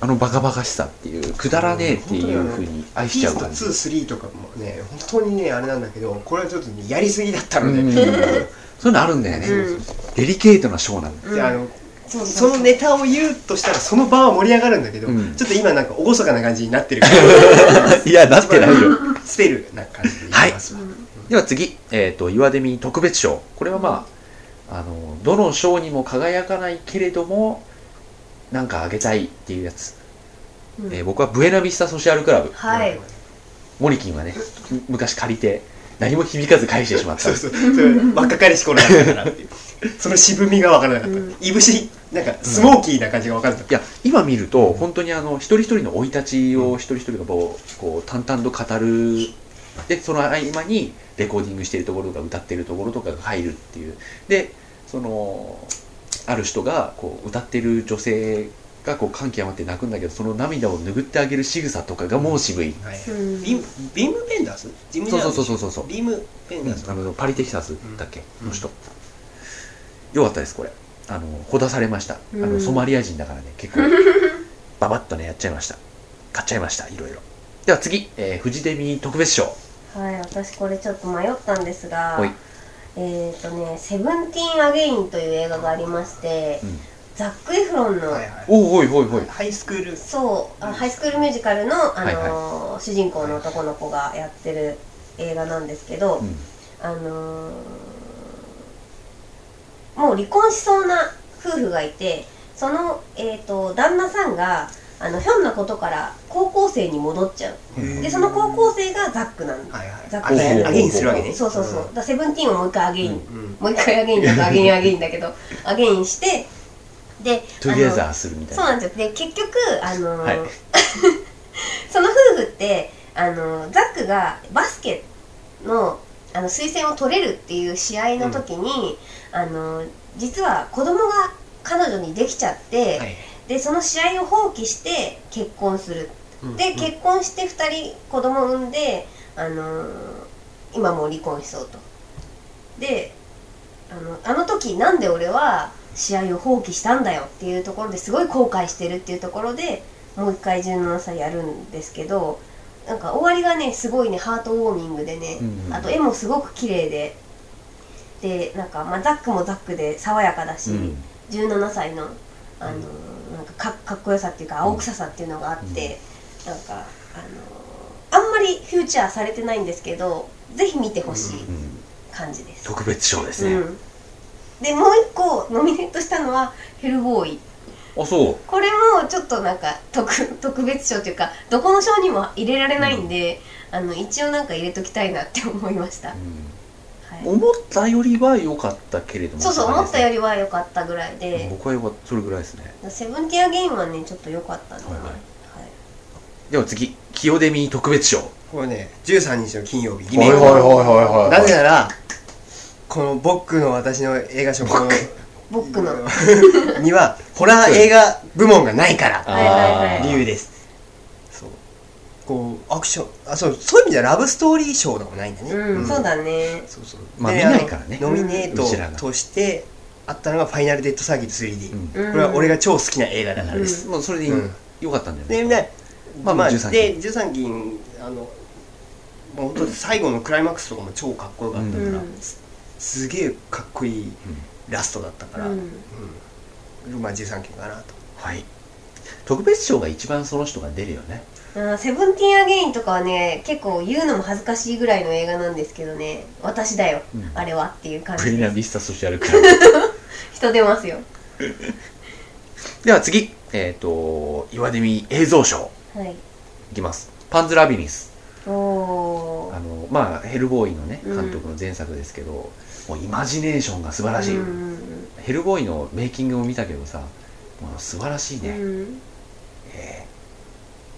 あのバカバカしさっていうくだらねえっていうふうに愛しピちーゃうスと感じ、 2、3とかもね、本当にね、あれなんだけど、これはちょっとね、やりすぎだったので、うんそういうのあるんだよね、うんデリケートなショーなんだうんであのそうそそうのネタを言うとしたらその場は盛り上がるんだけど、うんちょっと今なんか厳かな感じになってるから [LAUGHS] いやなってないよスペルな感じで言いますわ、うん [LAUGHS] では次、えー、と岩出美特別賞これはまあ,、あのどの賞にも輝かないけれどもなんかあげたいっていうやつ、うんえー僕はブエナビスタソシアルクラブはいモリキンはねむ昔借りて何も響かず返してしまったそうそうそれ若かりし頃だったからっていうその渋みが分からなかった、うんいぶしなんかスモーキーな感じが分からなかっいや今見ると本当にあの一人一人の生い立ちを一人一人がこうこう淡々と語るでその合間にレコーディングしているところとか歌ってるところとかが入るっていうでそのある人がこう歌ってる女性がこう感極まって泣くんだけどその涙を拭ってあげる仕草とかがもう渋い、た、はいうんビームビームペンダースジムそうジャーそムうそうそうそうビームペンダース、あのパリ・テキサスだっけ、うんの人よかったですこれあのほだされました、あうのんソマリア人だからね結 [LAUGHS] 構ババッとねやっちゃいました買っちゃいましたいろいろでは次、えー、フジデミ特別賞はい、私これちょっと迷ったんですがほい、えっ、とね、セブンティーンアゲインという映画がありまして、うんザックエフロンの、はいはいおおいおいおいハイスクールそうあ、うんハイスクールミュージカルのあのーはい主人公の男の子がやってる映画なんですけど、うんあのーもう離婚しそうな夫婦がいてその、えー、と旦那さんがあのひょんなことから高校生に戻っちゃうでその高校生がザックなんだはいはいザッあクエフロンアゲインするわけねそうそうそう、だからセブンティーンをもう一回アゲイン、うんうん、うんもう一回アゲインだとアゲインアゲインだけどアゲインしてでトゥゲザあーするみのたいそうななんですよで結局あの、はい [LAUGHS] その夫婦ってあのザックがバスケのあの推薦を取れるっていう試合の時に、あの実は子供が彼女にできちゃって、はいでその試合を放棄して結婚するうんでうん結婚して2人子供産んで、あのー今もう離婚しそうとであのあの時なんで俺は試合を放棄したんだよっていうところですごい後悔してるっていうところでもう一回17歳やるんですけどなんか終わりがねすごいねハートウォーミングでね、うんあと絵もすごく綺麗ででなんか、まあ、ザックもザックで爽やかだし、うん17歳のあの、なんかかかっこよさっていうか青臭さっていうのがあって、なんかあのあんまりフューチャーされてないんですけどぜひ見てほしいうん感じです、特別賞ですうね、んでもう一個ノミネートしたのは「ヘルボーイ」あそうこれもちょっとなんか特特別賞というかどこの賞にも入れられないんで、あの一応なんか入れときたいなって思いました、はい、思ったよりは良かったけれどもそうそう思ったよりりは良かったぐらいで、僕は良かったそれぐらいですねセブンティアゲインはねちょっと良かったんで、はいはいはいでは次清デミ特別賞はこれね13日の金曜日いはいはいはいはいなぜならこの僕の私の映画賞この僕のは [LAUGHS] にはホラー映画部門がないからはいはいはい理由ですそうこうアクションあそうそういう意味ではラブストーリー賞でもないんだね、うん、そうだねそうそうまあで見ないからねあのノミネーうちらがトとしてあったのが「ファイナルデッドサーキット 3D」うんうんこれは俺が超好きな映画だからでですす、まあそれでいいうん良かったんじゃないですみかんなまあまあ、 13で13銀あのまあ本当に最後のクライマックスとかも超かっこよかったから、うんすすげえかっこいいラストだったから、ううんんまあ13金かなとはい特別賞が一番その人が出るよねあーセブンティーンアゲインとかはね結構言うのも恥ずかしいぐらいの映画なんですけどね私だよ、うんあれはっていう感プレじミでアすムビスタソシャルクラブ [LAUGHS] 人出ますよでは次えっ、と岩デミ映像賞はいいきますパンズ・ラビリンスおおあのまあヘルボーイのねうん監督の前作ですけど、もうイマジネーションが素晴らしい、うんヘルボーイのメイキングも見たけどさもう素晴らしいね、うんえー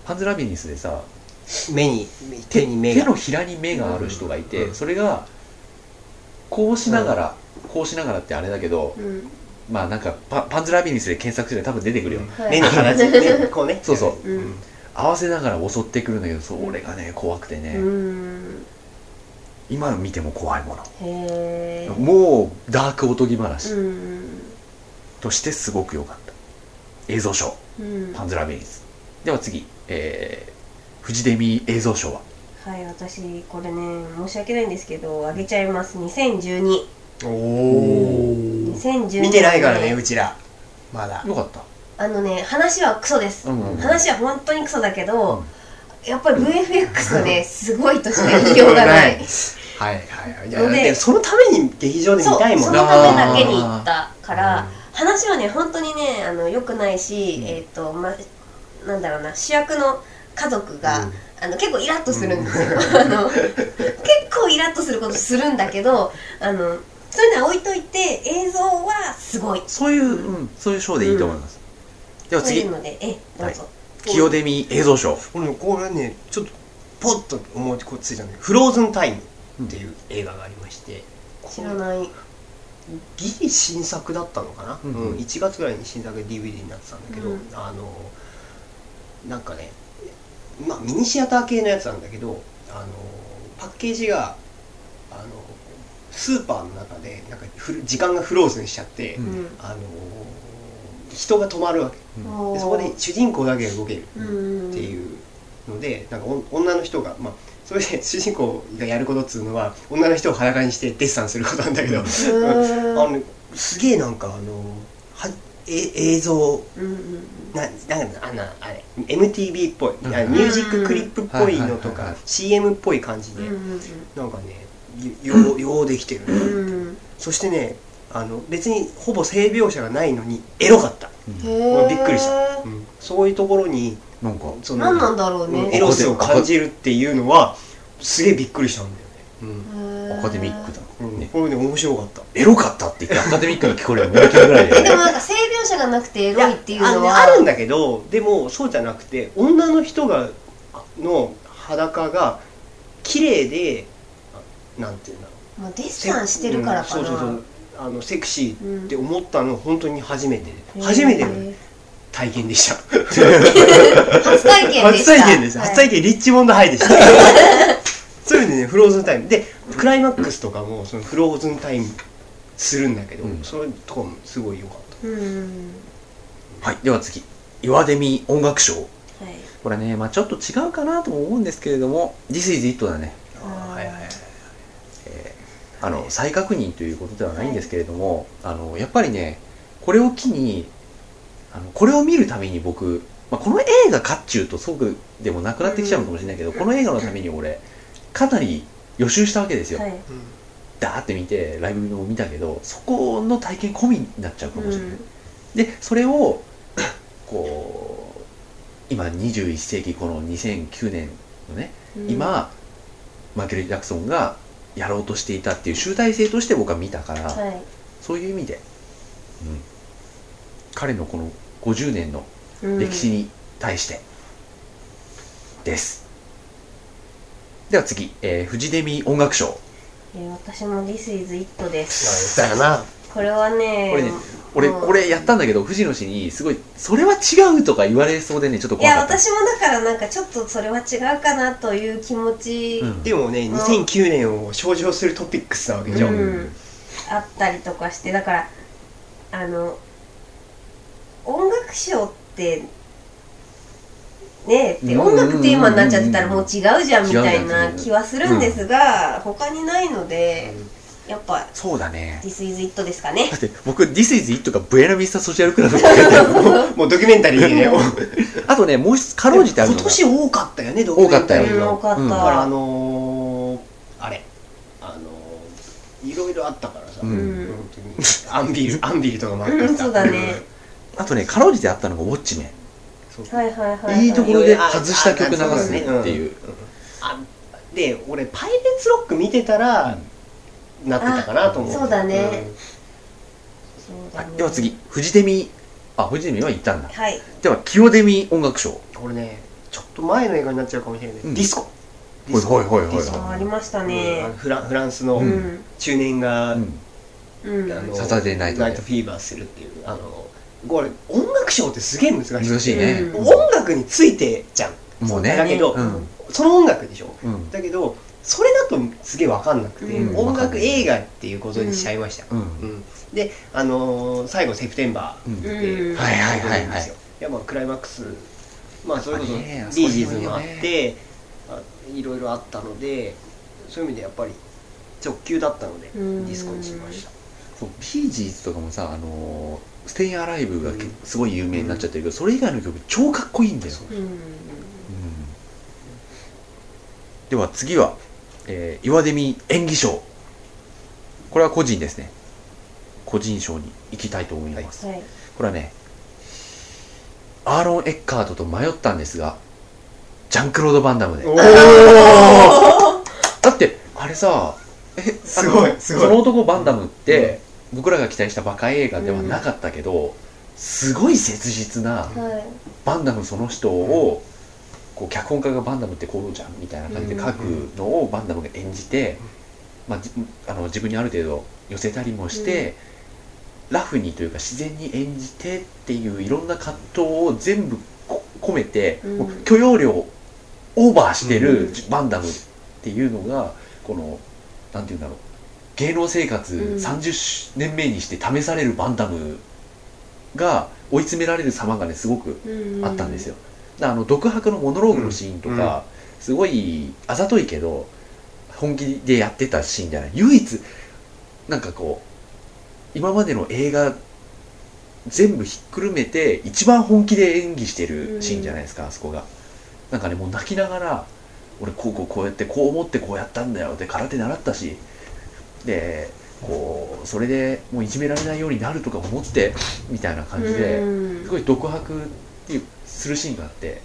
パンズラビリンスでさ目に手に目手がのひらに目がある人がいて、うんそれがこうしながら、こうしながらってあれだけどうんまあなんかパパンズラビリンスで検索すれば多分出てくるよ、はい目の形ねこうねそうそううんん合わせながら襲ってくるんだけどそれがね怖くてね、うん今見ても怖いものへえもうダークおとぎ話うんとしてすごく良かった映像賞うんパンズラビリンス、では次えー、フジデミー映像賞ははい私これね申し訳ないんですけどあげちゃいます2012おお2012見てないからねうちらまだよかったあのね話はクソです、うんうんうん話は本当にクソだけど、うんやっぱり VFX はねすごいとしか言いようがないないはいはいはいいやのでだってそのために劇場で見そうそたいのたもんめなだけに行ったから、うん話はね本当にねあの良くないし、うんえっ、とまなんだろうな主役の家族が、うんあの結構イラッとするんですよ、 [LAUGHS] あの結構イラッとすることするんだけどあのそういうのは置いといて映像はすごいそういう、うん、そういう賞でいいと思います。ではそうい次う、のでえどうぞ、清デミ映像賞。俺ねこれねちょっとポッと思いこうついたんだけど「フローズンタイム」っていう映画がありまして、知らないギリ新作だったのかな、ううんんうん1月ぐらいに新作で DVD になってたんだけど、うんあのなんかねまあミニシアター系のやつなんだけどあのパッケージがあのスーパーの中でなんかふる時間がフローズンしちゃって、うんうんあの人が止まるわけでそこで主人公だけが動ける、うんっていうのでなんかお女の人が、まあ、それで主 [LAUGHS] 人公がやることっつうのは女の人を裸にしてデッサンすることなんだけど、うん [LAUGHS] あのすげえなんかあのはえ映像うんうんななんかあのあれ MTV っぽい、うんあミュージッククリップっぽいはいはのといはいはかい CM っぽい感じうで、んうんなんかねようようできてる、うんうんそしてねあの別にほぼ性描写がないのにエロかった、うんへーびっくりした、うんそういうところになんか、その何なんだろうねエロスを感じるっていうのはすげえびっくりしたんだよねアアカデミックだうもん、んうんね。これね面白かったエロかったって言ってアカデミックが聞こえるよ。胸キュンぐらいでもで。なんか性描写がなくてエロいっていうのやはあのあるんだけどでもそうじゃなくて女の人がの裸が綺麗であなんていうんだろうまあデッサンしてるからかなうんそうそうそうあのセクシーってう思ったの本当に初めてん初めてへのー体験でした初体験でし初た体験です、はい初体験リッチモンドハイ [LAUGHS] でしたそういうのねフローズンタイムでクライマックスとかもそのフローズンタイムするんだけど、うんそういうとこもすごい良かったうんはい、では次、岩デミ音楽賞。はいこれね、まあちょっと違うかなとも思うんですけれども、This is it だね。あーはいはいはいあの、再確認ということではないんですけれども、あの、やっぱりね、これを機に、あのこれを見るために僕、まあ、この映画かっちゅうとそうでもなくなってきちゃうのかもしれないけど、この映画のために俺、かなり予習したわけですよ。はいダーって見てライブのを見たけどそこの体験込みになっちゃうかもしれない、 [COUGHS] うんでそれをこう今21世紀この2009年のね、うん今マイケル・ジャクソンがやろうとしていたっていう集大成として僕は見たから、はいそういう意味で、うん、彼のこの50年のうん歴史に対してです、では次、えーフジデミー音楽賞えー私も「This is It」ですだよなこれはねこれね俺うんこれやったんだけど藤野氏にすごい「それは違う」とか言われそうでねちょっとい怖やかった私もだからなんかちょっとそれは違うかなという気持ちうんでもねん2009年を象徴するトピックスなわけじゃん、うんあったりとかしてだからあの音楽賞ってねえってうん音楽テーマになっちゃってたらもう違うじゃん違うみじゃんたいな気はするんですが、他にないのでやっぱそうだ「ね This is It」ですかねだって僕「This is It」がブエナビスタソシャルクラブって書いてあるもうドキュメンタリーでねもうあとねもう一つかろうじてある今のが年多かったよねドキュメンタリーうんが多かった、うんだからあのー、あれあのー、いろいろあったからさ、ううんん本当にアンビルアンビルとかもあったうんそうだねあとねかろうじてあったのが「ウォッチねそうはいはいはい、はい、いいところで外した曲流すねっていうあで俺パイレーツロック見てたら、なってたかなと思うあそうだねそうだはねいでは次フジデミーあフジデミーは行ったんだはいではキヨデミー音楽賞うん、俺ねちょっと前の映画になっちゃうかもしれないけど、うんディスコいはいはいはいディスコあありましたうんあねのフランフランスうのうん中年が、うんうん、あのサタデーナイトでフィーバーするっていうあのこれ音楽賞ってすげえ難しい難しいねうん音楽についてじゃんもうだねけど、うんその音楽でしょうんだけどそれだとすげえ分かんなくて、うん音楽映画っていうことにしちゃいました、ううんんで、あのー最後セプテンバーうんうんではいはいはいはいですよいやまあクライマックスまあそれこそあビれねージーズもあっあそこてあいろいろあったのでそういう意味でやっぱり直球だったのでデうんィスコにしましたそうビージーズとかもさあのーステインアライブがけうんすごい有名になっちゃってるけどそれ以外の曲超かっこいいんだよそううんでは次は、えー、岩デミ演技賞これは個人ですね個人賞に行きたいと思います、はいこれはねアーロン・エッカートと迷ったんですがジャンクロード・バンダムでお [LAUGHS] だってあれさえすごいあのすごいその男バンダムって、僕らが期待したバカ映画ではなかったけど、すごい切実な、はいバンダムその人を、こう脚本家がバンダムってこうじゃんみたいな感じで書くのをバンダムが演じて、まあ、じあの自分にある程度寄せたりもして、ラフにというか自然に演じてっていういろんな葛藤を全部こ込めて、うんもう許容量をオーバーしてるうんバンダムっていうのがこのなんていうんだろう芸能生活うん30年目にして試されるバンダムが追い詰められる様がねすごくうんあったんですよ、だからあの独白のモノローグのシーンとか、すごいあざといけど本気でやってたシーンじゃない唯一なんかこう今までの映画全部ひっくるめて一番本気で演技してるシーンじゃないですか、あそこがなんかねもう泣きながら俺こうこうこうやってこう思ってこうやったんだよで空手習ったしでこうそれでもういじめられないようになるとか思ってみたいな感じで、うんすごい独白っていうするシーンがあって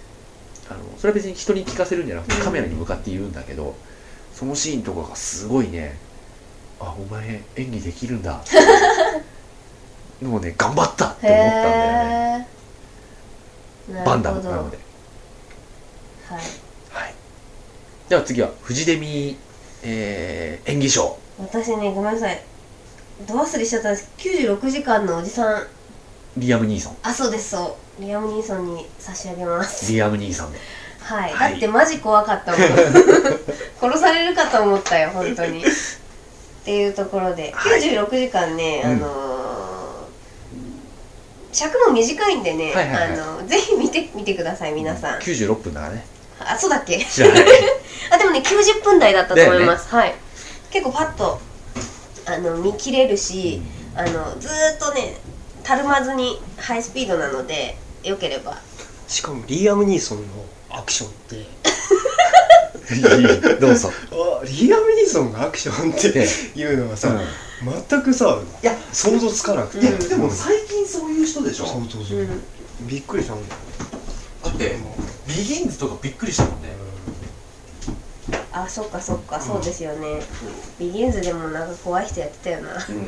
あのそれは別に人に聞かせるんじゃなくうてんカメラに向かって言うんだけど、そのシーンとかがすごいねあお前演技できるんだもうね頑張ったって思ったんだよねへーバンダムななるのほどで、はいはい、では次はフジデミ、えー演技賞私ねごめんなさいど忘れしちゃったんです96時間のおじさんリアム・ニーソンあそうですそうリアム・ニーソンに差し上げますリアム・ニーソンではい、はいだってマジ怖かっ [LAUGHS] たもん殺されるかと思ったよ本当にっていうところではい96時間ね、うんあのー尺も短いんでね、はいはいはいあのぜひ見てみてください皆さん、 96分だから [LAUGHS] ねあそうだっけ知らないあでもね90分台だったと思いだよまねす、はい結構パッとあの見切れるしあのずーっとねたるまずにハイスピードなのでよければしかもリアム・ニーソンのアクションっていいどうぞあリアム・ニーソンがアクションってでいうのはさ、全くさいや想像つかなくていやでも最近そういう人でしょそうそうそう、うんびっくりしたもんだってビギンズとかびっくりしたもんねあそっかそっかそうですよね、ビギンズでもなんか怖い人やってたよなうん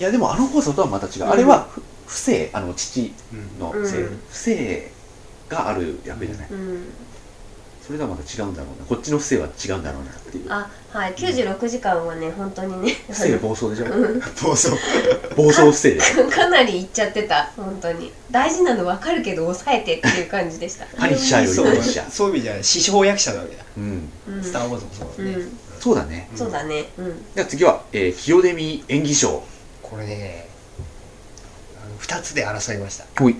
いやでもあの放送とはまた違う、あれはふ不正あの父うんのせい、うん不正がある役じゃない、うんそれとはまた違うんだろうなこっちの不正は違うんだろうなっていうあはい96時間はね本当にね不正暴走でしょ暴走暴走不正でしょ [LAUGHS] かなりいっちゃってた本当に大事なの分かるけど抑えてっていう感じでした、パニッシャーよりそパうニッシャーそういう意味じゃない師匠役者なわけだ、うんうん、スター・ウォーズもそうだね、うんそうだねそうだねうんじゃあ次は、えー、清デミ演技賞これねあの2つで争いましたほい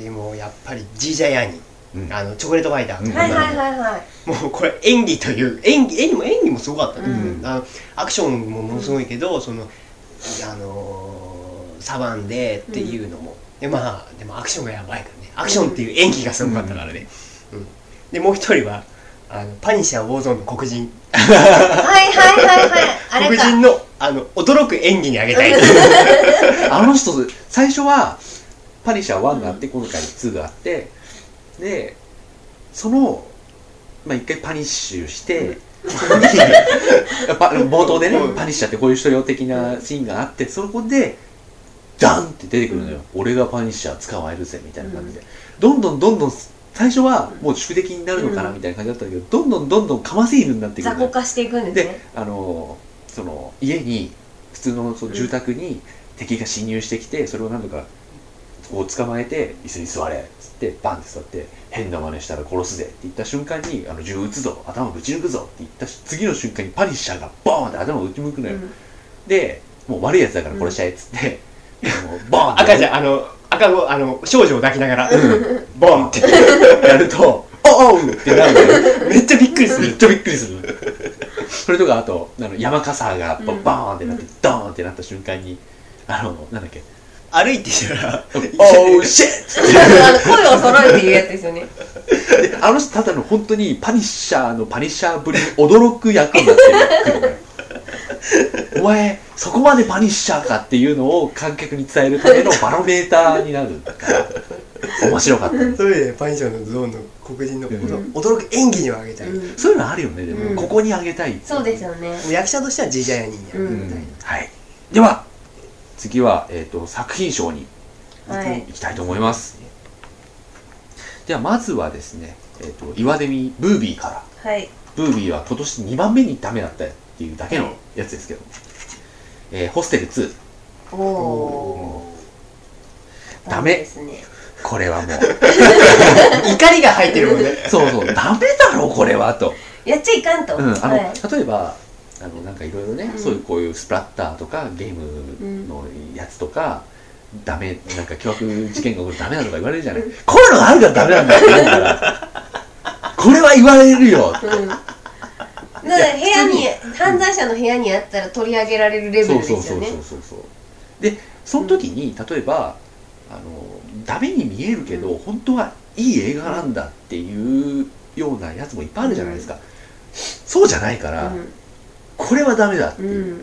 でもやっぱりジージャイアニうんあのチョコレートファイター、うんはいはいはいはいもうこれ演技という演技演技も演技もすごかった、ねうんあのアクションもものすごいけど、そのあのーサバンでっていうのも、でまあでもアクションがやばいからねアクションっていう演技がすごかったからね、うんでもう一人はあのパニッシャーウォーゾーンの黒人はいはいはいはいあ黒れか人のあの驚く演技にあげたい [LAUGHS] あの人最初はパニッシャー1があって今回2があってでそのまあ、一回パニッシュ [LAUGHS] して、やっぱ冒頭でね、うんパニッシャーってこういう人よ的なシーンがあってそこでダンって出てくるのよ、俺がパニッシャー捕まえるぜみたいな感じで、どんどんどんどん最初はもう宿敵になるのかなうんみたいな感じだったけど、どんどんどんどんかませ犬になってくる雑のよ魚化していくんですでね、あのその家に普通のその住宅に敵が侵入してきて、それを何度かこう捕まえて椅子に座れっつってバンって座って変な真似したら殺すぜって言った瞬間にあの銃撃つぞ頭ぶち抜くぞって言ったし次の瞬間にパニッシャーがボーンって頭を打ち抜くのよ、うんでもう悪いやつだから殺しちゃえっつって、もうボーンって赤ちゃんあの赤子あの少女を抱きながら、ボンってやると「 [LAUGHS] おうおう!」ってなるのよめっちゃびっくりすめるっちゃびっくりするそれとかあとあの山笠がバうんバーンってなって、ドーンってなった瞬間にあのなんだっけ歩いてたら「おーシェッ!あの声を揃えて言うやつですよね」であの人ただの本当にパニッシャーのパニッシャーぶりに驚く役になってくる [LAUGHS] のよお前そこまでパニッシャーかっていうのを観客に伝えるためのバロメーターになるから面白か [LAUGHS] ったですそういう意味でパニッシャーのゾーンの黒人のうん驚く演技にはあげたい、うんそういうのあるよねでも、うんここにあげたいっていそうですよね役者としてはジジャヤニーうやんはい、では次は、えー、と作品賞にはいいきたいと思います、ではまずはですね、えー、と岩デミブービーからはいブービーは今年2番目にダメだったっていうだけのやつですけど、えーホステル2おおおーダメですねこれはもう怒りが入ってるもんねそうそうダメだろこれはと、やっちゃいかんと、うんあのはい例えばあのなんかいろいろね、うんそういうこういうスプラッターとかゲームのやつとか、ダメなんか凶悪事件が起こるとダメだとか言われる [LAUGHS] じゃない、こういうのがあるからダメなんだって言うからこれは言われるようんだから部屋に犯罪者の部屋にあったら取り上げられるレベルそうですそようねそうそうそうそうでその時に例えばあのダメに見えるけど、本当はいい映画なんだっていうようなやつもいっぱいあるじゃないですか、そうじゃないから、これはダメだってうん、いう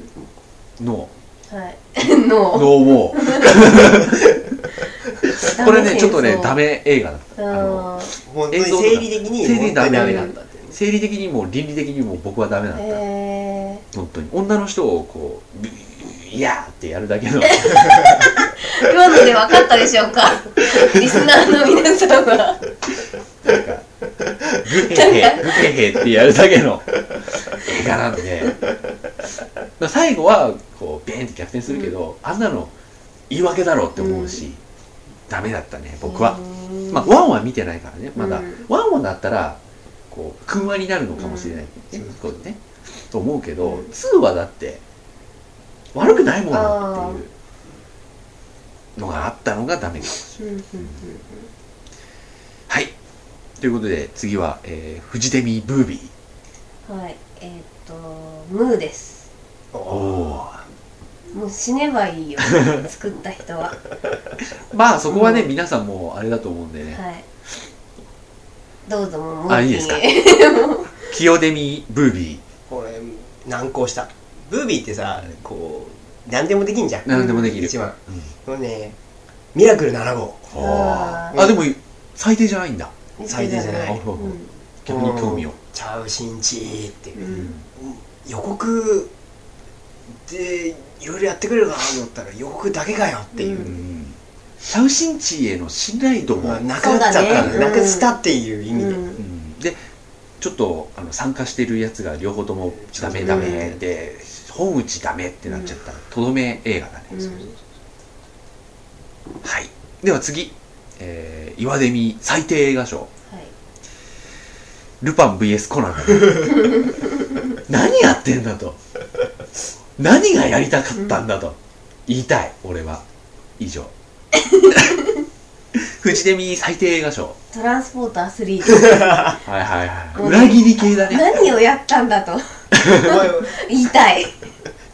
うんのを、はい [LAUGHS] ののをこれねちょっとねダメ映画だったあのあ本当に生理的に生理本当ダにメダだメっただったっていうね生理的にも倫理的にも僕はダメだった、え本当に女の人をこうビビビいやーってやるだけのー、今ので分かったでしょ [LAUGHS] うかリスナーの皆さんはなんか、グヘヘ、グヘヘってやるだけの映画なんで、まあ最後は、こう、ベーンって逆転するけど、あんなの言い訳だろうって思うし、ダメだったね、僕は。まあ、ワンは見てないからね、まだ。うんワンはだったら、こう、くんわになるのかもしれない、ねうんこうね、と思うけどう、んツーはだって、悪くないものっていうのがあったのがダメです。うんうんうんはい。ということで、次は、えー、フジデミーブービー。うんはいえーっとムーですおもう死ねばいいよ作った人ははまあ、そこはね、うん皆さんもあれだと思うんでね。いどうぞもうムーあいいですかキヨデミーブービこれ難航したブービーってさこう何でもできんじゃんー。何でもできる。一番うんこのねミラクル7号あうんーあでも最低じゃないんだ最低じゃないうんうん逆に興味をうん「ちゃうしんち」ってううんん予告でいろいろやってくれるかなと思ったら予告だけかよっていううんシャウシンチーへの信頼度も、まあ、なくなっちゃった、そうだねなくしたっていう意味で、うんうんでちょっとあの参加してるやつが両方ともダメダメで、本打ちダメってなっちゃったとどめ映画だね、うんそうそうそうはいでは次、えー、岩デミ最低映画賞はいルパン VS [LAUGHS] コナン何やってんだと何がやりたかったんだと言いたい俺は以 [LAUGHS] 上フジデミ最低映画賞ト [LAUGHS] ランスポーター3はいはいはい裏切り系だね何をやったんだと [LAUGHS] お前言いたい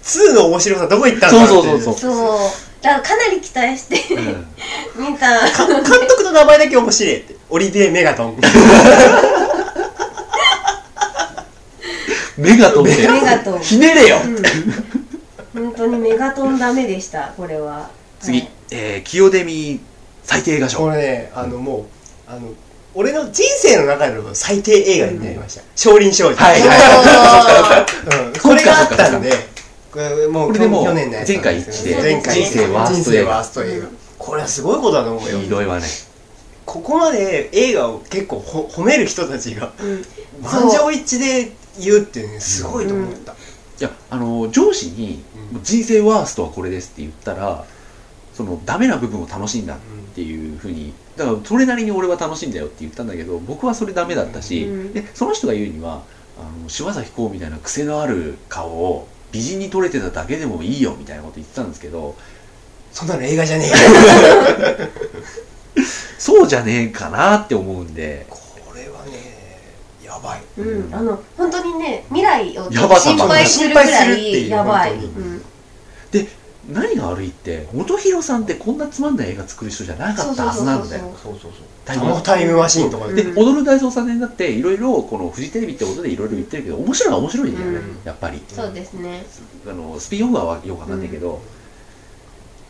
2の面白さどこ行ったんだそっうてそうそうそうそうだからかなり期待してうん見たか [LAUGHS] 監督の名前だけ面白いってオリビエ・メガトンメガトンってメガトンひねれよ、うん本当にメガトンダメでしたこれは次、はいえー、キヨデミ最低映画賞これねあのもうあの俺の人生の中での最低映画になりました「少林少女」はいはいうんこれがあったんでこれもこうれでもう去年のやつなんすよね前回一致で前回人人生生ワワーーススト映画これはすごいことだと思うよひどいわねここまで映画を結構ほ褒める人たちがうん満場一致で言うっていうねすごいと思った、いやあの上司にうん「人生ワーストはこれです」って言ったらそのダメな部分を楽しんだっていうふうにだからそれなりに俺は楽しんだよって言ったんだけど僕はそれダメだったし、うんでその人が言うにはあの柴咲コウみたいな癖のある顔を美人に撮れてただけでもいいよみたいなこと言ってたんですけどそんなの映画じゃねえよそうじゃねえかなって思うんでこれはねやばいうん、あの本当にね未来をやばさ心配するぐ心配するらっていいうやばい、本当にうん、何が悪いって元弘さんってこんなつまんない映画作る人じゃなかったはずなんだよ。そうそうそうタイあムマのシンタイムマシーンとかでで、うん踊る大捜査線だっていろいろこのフジテレビってことでいろいろ言ってるけど面白いは面白いんだよね、うんやっぱりそうですねあのスピンオフはよくわかんないけど、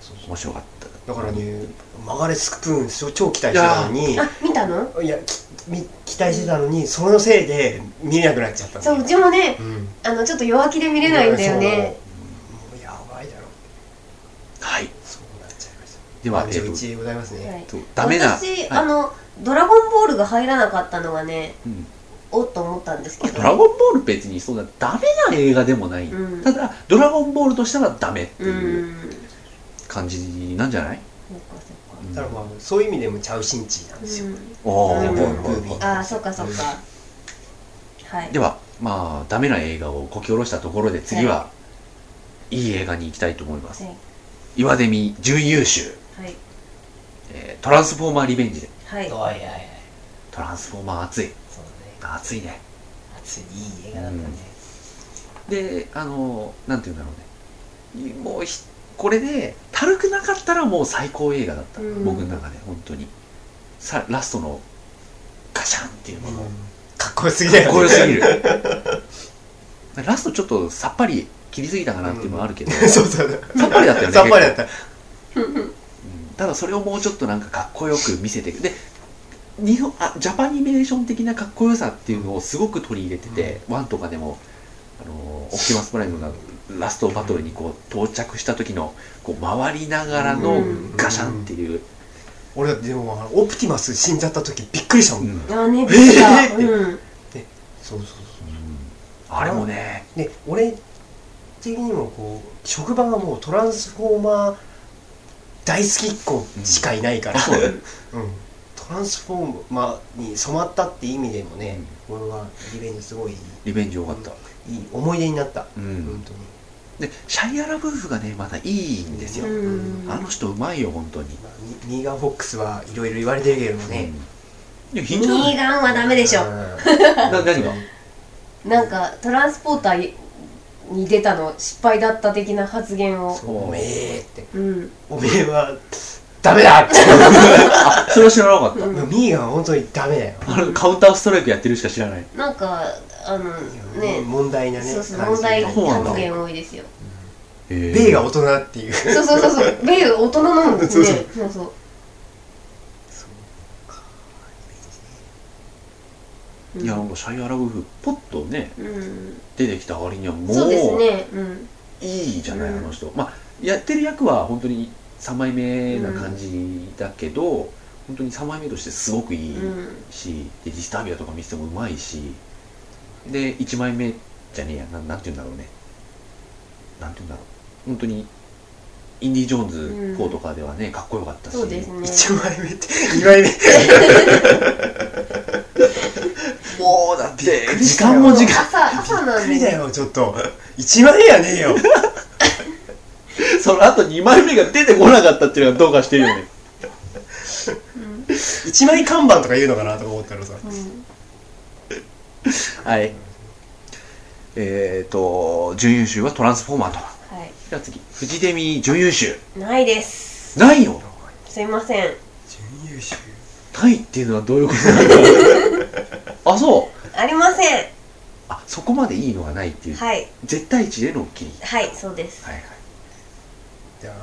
そうそう面白かっただからね曲がれスプーン超超期待してたのにいやあ見たのきみ期待してたのにそれのせいで見れなくなっちゃったんだそよううちもねうんあのちょっと弱気で見れないんだよねそうもうやばいだろはいそうなっちゃいましたでは、え満っ場と一致でございますね、はいとダメな私、はいあのドラゴンボールが入らなかったのがねうんおっと思ったんですけどドラゴンボール別にそんなダメな映画でもない、うんただドラゴンボールとしたらダメってういうん感じなんじゃない、そうかそうかうんだからまあそういう意味でもチャウシンチーなんですうよ、んおーはうんいはいはいああそうかそうかはいではまあダメな映画をこき下ろしたところで次は、い、い映画に行きたいと思います、はい岩デミ準優秀、はいえートランスフォーマーリベンジではいおいおいおいトランスフォーマー熱いそうだね熱いね熱いいい映画だったねであのなんて言うんだろうねいもうひこれでたるくなかったらもう最高映画だった、うん僕の中で本当にさラストのガシャンっていうのも、かっこよすぎだかっよ、ね、こよすぎる [LAUGHS] ラストちょっとさっぱり切りすぎたかなっていうのはあるけど、さ [LAUGHS] そうそうっぱりだったよねさっぱりだったうんただそれをもうちょっとなんかかっこよく見せてで日本あジャパニメーション的なかっこよさっていうのをすごく取り入れてて、ワンとかでもあのーオプティマスプライムがラストバトルにこう到着した時のこう回りながらのうんガシャンっていう、俺だってでもあのオプティマス死んじゃった時びっくりしたもん、うん [LAUGHS] あーねびっくりしたえーうんそうそうそうあれもねで俺的にもこう職場がもうトランスフォーマー大好きっ子しかいないから、そうだね [LAUGHS] うんトランスフォーマーに染まったって意味でもね、俺はリベンジすごいいいリベンジ良かった、いい思い出になった、うん本当にでシャイアラ夫婦がねまたいいんですよ、うんあの人うまいよ本当にまあニニーガン・フォックスはいろいろ言われてるけれどもね、うんいやひニどいーガンはダメでしょ [LAUGHS] な何がなんかトランスポーターに出たの失敗だった的な発言をそうおめえってうんおめえはダメだ [LAUGHS] ってあそれは知らなかった、うんミーガンは本当にダメだよあれカウンターストライクやってるしか知らないなんかあのね問題なねそうそう感問じ題そうなんだ発言多いですよベベイが大人っていうそうそうそうそうベイ大人なんですねそうそうそういやなんかシャイアラブフポッとねうん出てきた割にはもそうですうねうんいいじゃない、うんあの人まあやってる役は本当に3枚目な感じだけど、本当に3枚目としてすごくいいうんし、でディスタービアとか見せてもうまいしで1枚目じゃねえやななんて言うんだろうねなんて言うんだろう本当にインディ・ジョーンズ4とかではね、かっこよかったしそうですね1枚目って2枚目もうだってくり時したよ間も時間朝朝なん無理でだねよちょっと1枚目やねえよ [LAUGHS] その後2枚目が出てこなかったっていうのはどうかしてるよねうん1枚看板とか言うのかなとか思ったらさうんはいえーと準優秀はトランスフォーマーとはじゃあ次フジデミ準優秀いないですないよすいません準優秀ないっていうのはどういうことなん [LAUGHS] だあそうありませんあそこまでいいのがないっていう、はい絶対値での切りはいそうですはいじゃあ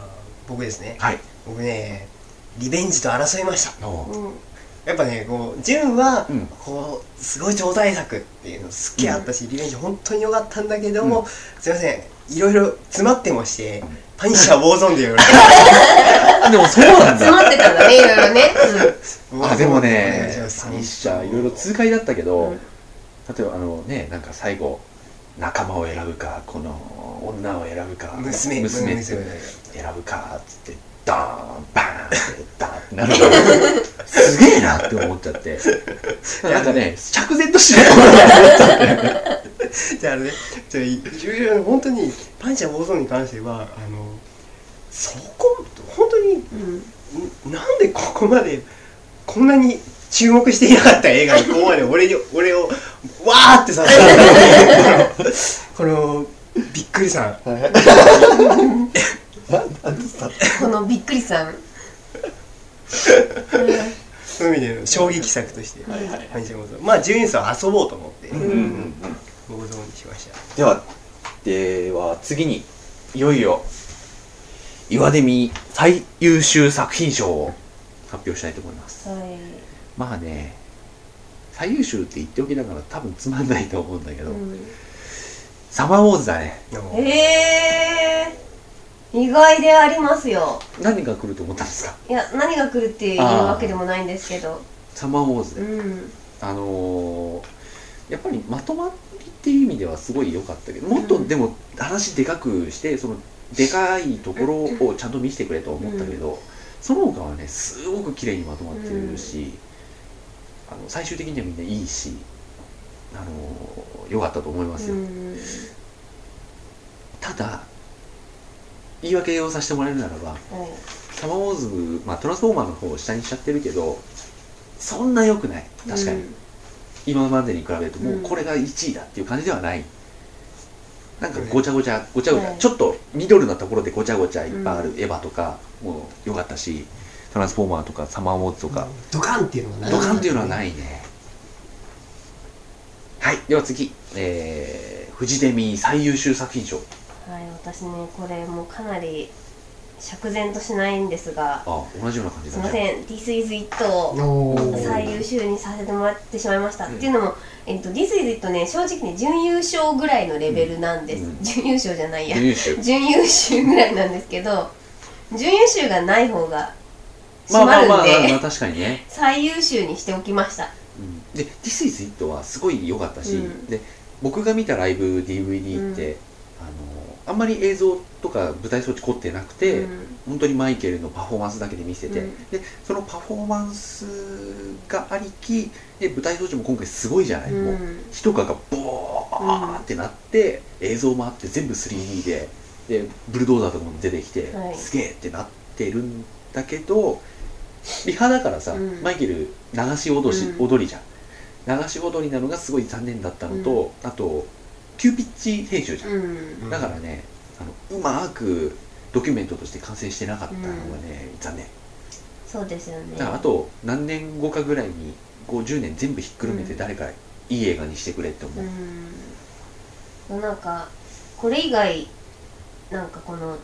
僕ですねはいはい僕ねリベンジと争いましたのうんやっぱねこうジュンは、うんこうすごい超大作っていうのすっげえあったし、リベンジ本当に良かったんだけども、うんすいませんいろいろ詰まってましてパニッシャーウォーゾーンで言われてあでも [LAUGHS] そうなん詰だまってたんだねいろいろね [LAUGHS] あでもねササニッシャーいろいろ痛快だったけど、うん例えばあのねなんか最後仲間を選ぶかこの女を選ぶか娘娘って娘選ぶかっつってドーンバーンってダーンってなるからすげえなって思っちゃってなんかね釈然としないじゃああれねじゃあいいろいろ本当にパニッシャーウォーゾーンに関してはあのそこ本当にうんんなんでここまでこんなに注目していなかった映画にここまで俺に俺をわーってさ [LAUGHS] このびっくりさんこのびっくりさんそういう意味で衝撃作としてはいはい感じたことまあ純さを遊ぼうと思ってうんうんうん暴走にしましたではでは次にいよいよ岩デミ最優秀作品賞を発表したいと思いますはいまあね最優秀って言っておきながら多分つまんないと思うんだけど、うサマーウォーズだねん、えー、意外でありますよ何が来ると思ったんですかいや何が来るっていうわけでもないんですけどサマーウォーズで、うんあのーやっぱりまとまりっていう意味ではすごい良かったけどもっうとんでも話でかくしてそのでかいところをちゃんと見せてくれとは思ったけど、その他はねすごく綺麗にまとまってるし、あの最終的にはみんないいしあのー良かったと思いますよ、うんただ言い訳をさせてもらえるならばはいサマーウォーズ、まあ、トランスフォーマーの方を下にしちゃってるけどそんな良くない確かに、今までに比べるともうこれが1位だっていう感じではない、なんかごちゃごちゃごちゃごちゃ、はいちょっとミドルなところでごちゃごちゃいっぱいある、うんエヴァとかも良かったしトランスフォーマーとかサマーウォーズとか、ドカンっていうのがんドカンっていうのはいないね、はいでは次えー、フジデミー最優秀作品賞うんはい私ねこれもうかなり釈然としないんですがあ同じような感じすだねいません「This is It」をおー最優秀にさせてもらってしまいました、うんっていうのも「えっと、This is It ね」正直ね準優勝ぐらいのレベルなんです、うん準優勝じゃないや準優秀準優秀ぐらいなんですけど準優秀がない方がまあ閉ままるあんまあまあまあで確かにね、最優秀にしておきましたうん、で「This is It」はすごい良かったし、うんで僕が見たライブ DVD って、あのあんまり映像とか舞台装置凝ってなくて、うん本当にマイケルのパフォーマンスだけで見せて、うんでそのパフォーマンスがありきで舞台装置も今回すごいじゃない、もう一とかがボーってなって、映像もあって全部 3D ででブルドーザーとかも出てきて、はいすげえってなってるんだけどリハだからさ、うんマイケル流し踊し、うん踊りじゃん流し踊りなのがすごい残念だったのと、あと急ピッチ編集じゃん、うんだからねあのうまくドキュメントとして完成してなかったのがね、残念そうですよねだからあと何年後かぐらいに50年全部ひっくるめてうん誰かいい映画にしてくれって思う、うんなんかこれ以外なんかこの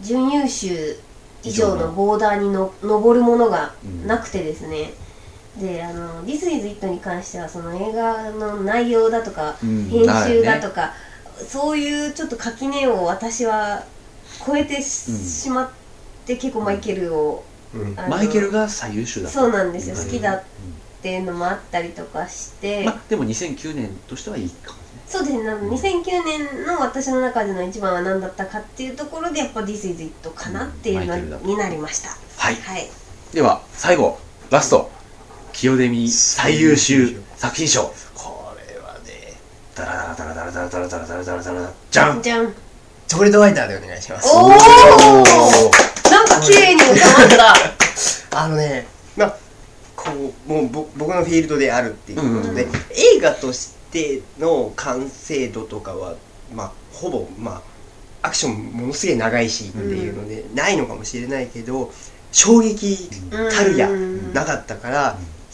準優秀以上のボーダーにの上るものがなくてですね、であの「This is It」に関してはその映画の内容だとかうん編集なるだねとか、そういうちょっと垣根を私は超えてし,、うんまって結構マイケルを、うんあのマイケルが最優秀だったそうなんですようん好きだっていうのもあったりとかして、まあでも2009年としてはいいかもねそうですねなんか2009年の私の中での一番は何だったかっていうところでやっぱ「This is It」かなっていうマのイケルだったになりましたはいはいでは最後ラスト清デミ最優秀作品賞これはねダラダラダラダラダラダラダラダラダラじゃんじゃんおトレードワイターでお願いしますおーなんか綺麗に収まったあのねまあこうもうぼ僕のフィールドであるっていうことで、うん映画としての完成度とかはまあほぼまあアクションものすげえ長いしっていうので、ないのかもしれないけど衝撃たるやうんなかったから、うん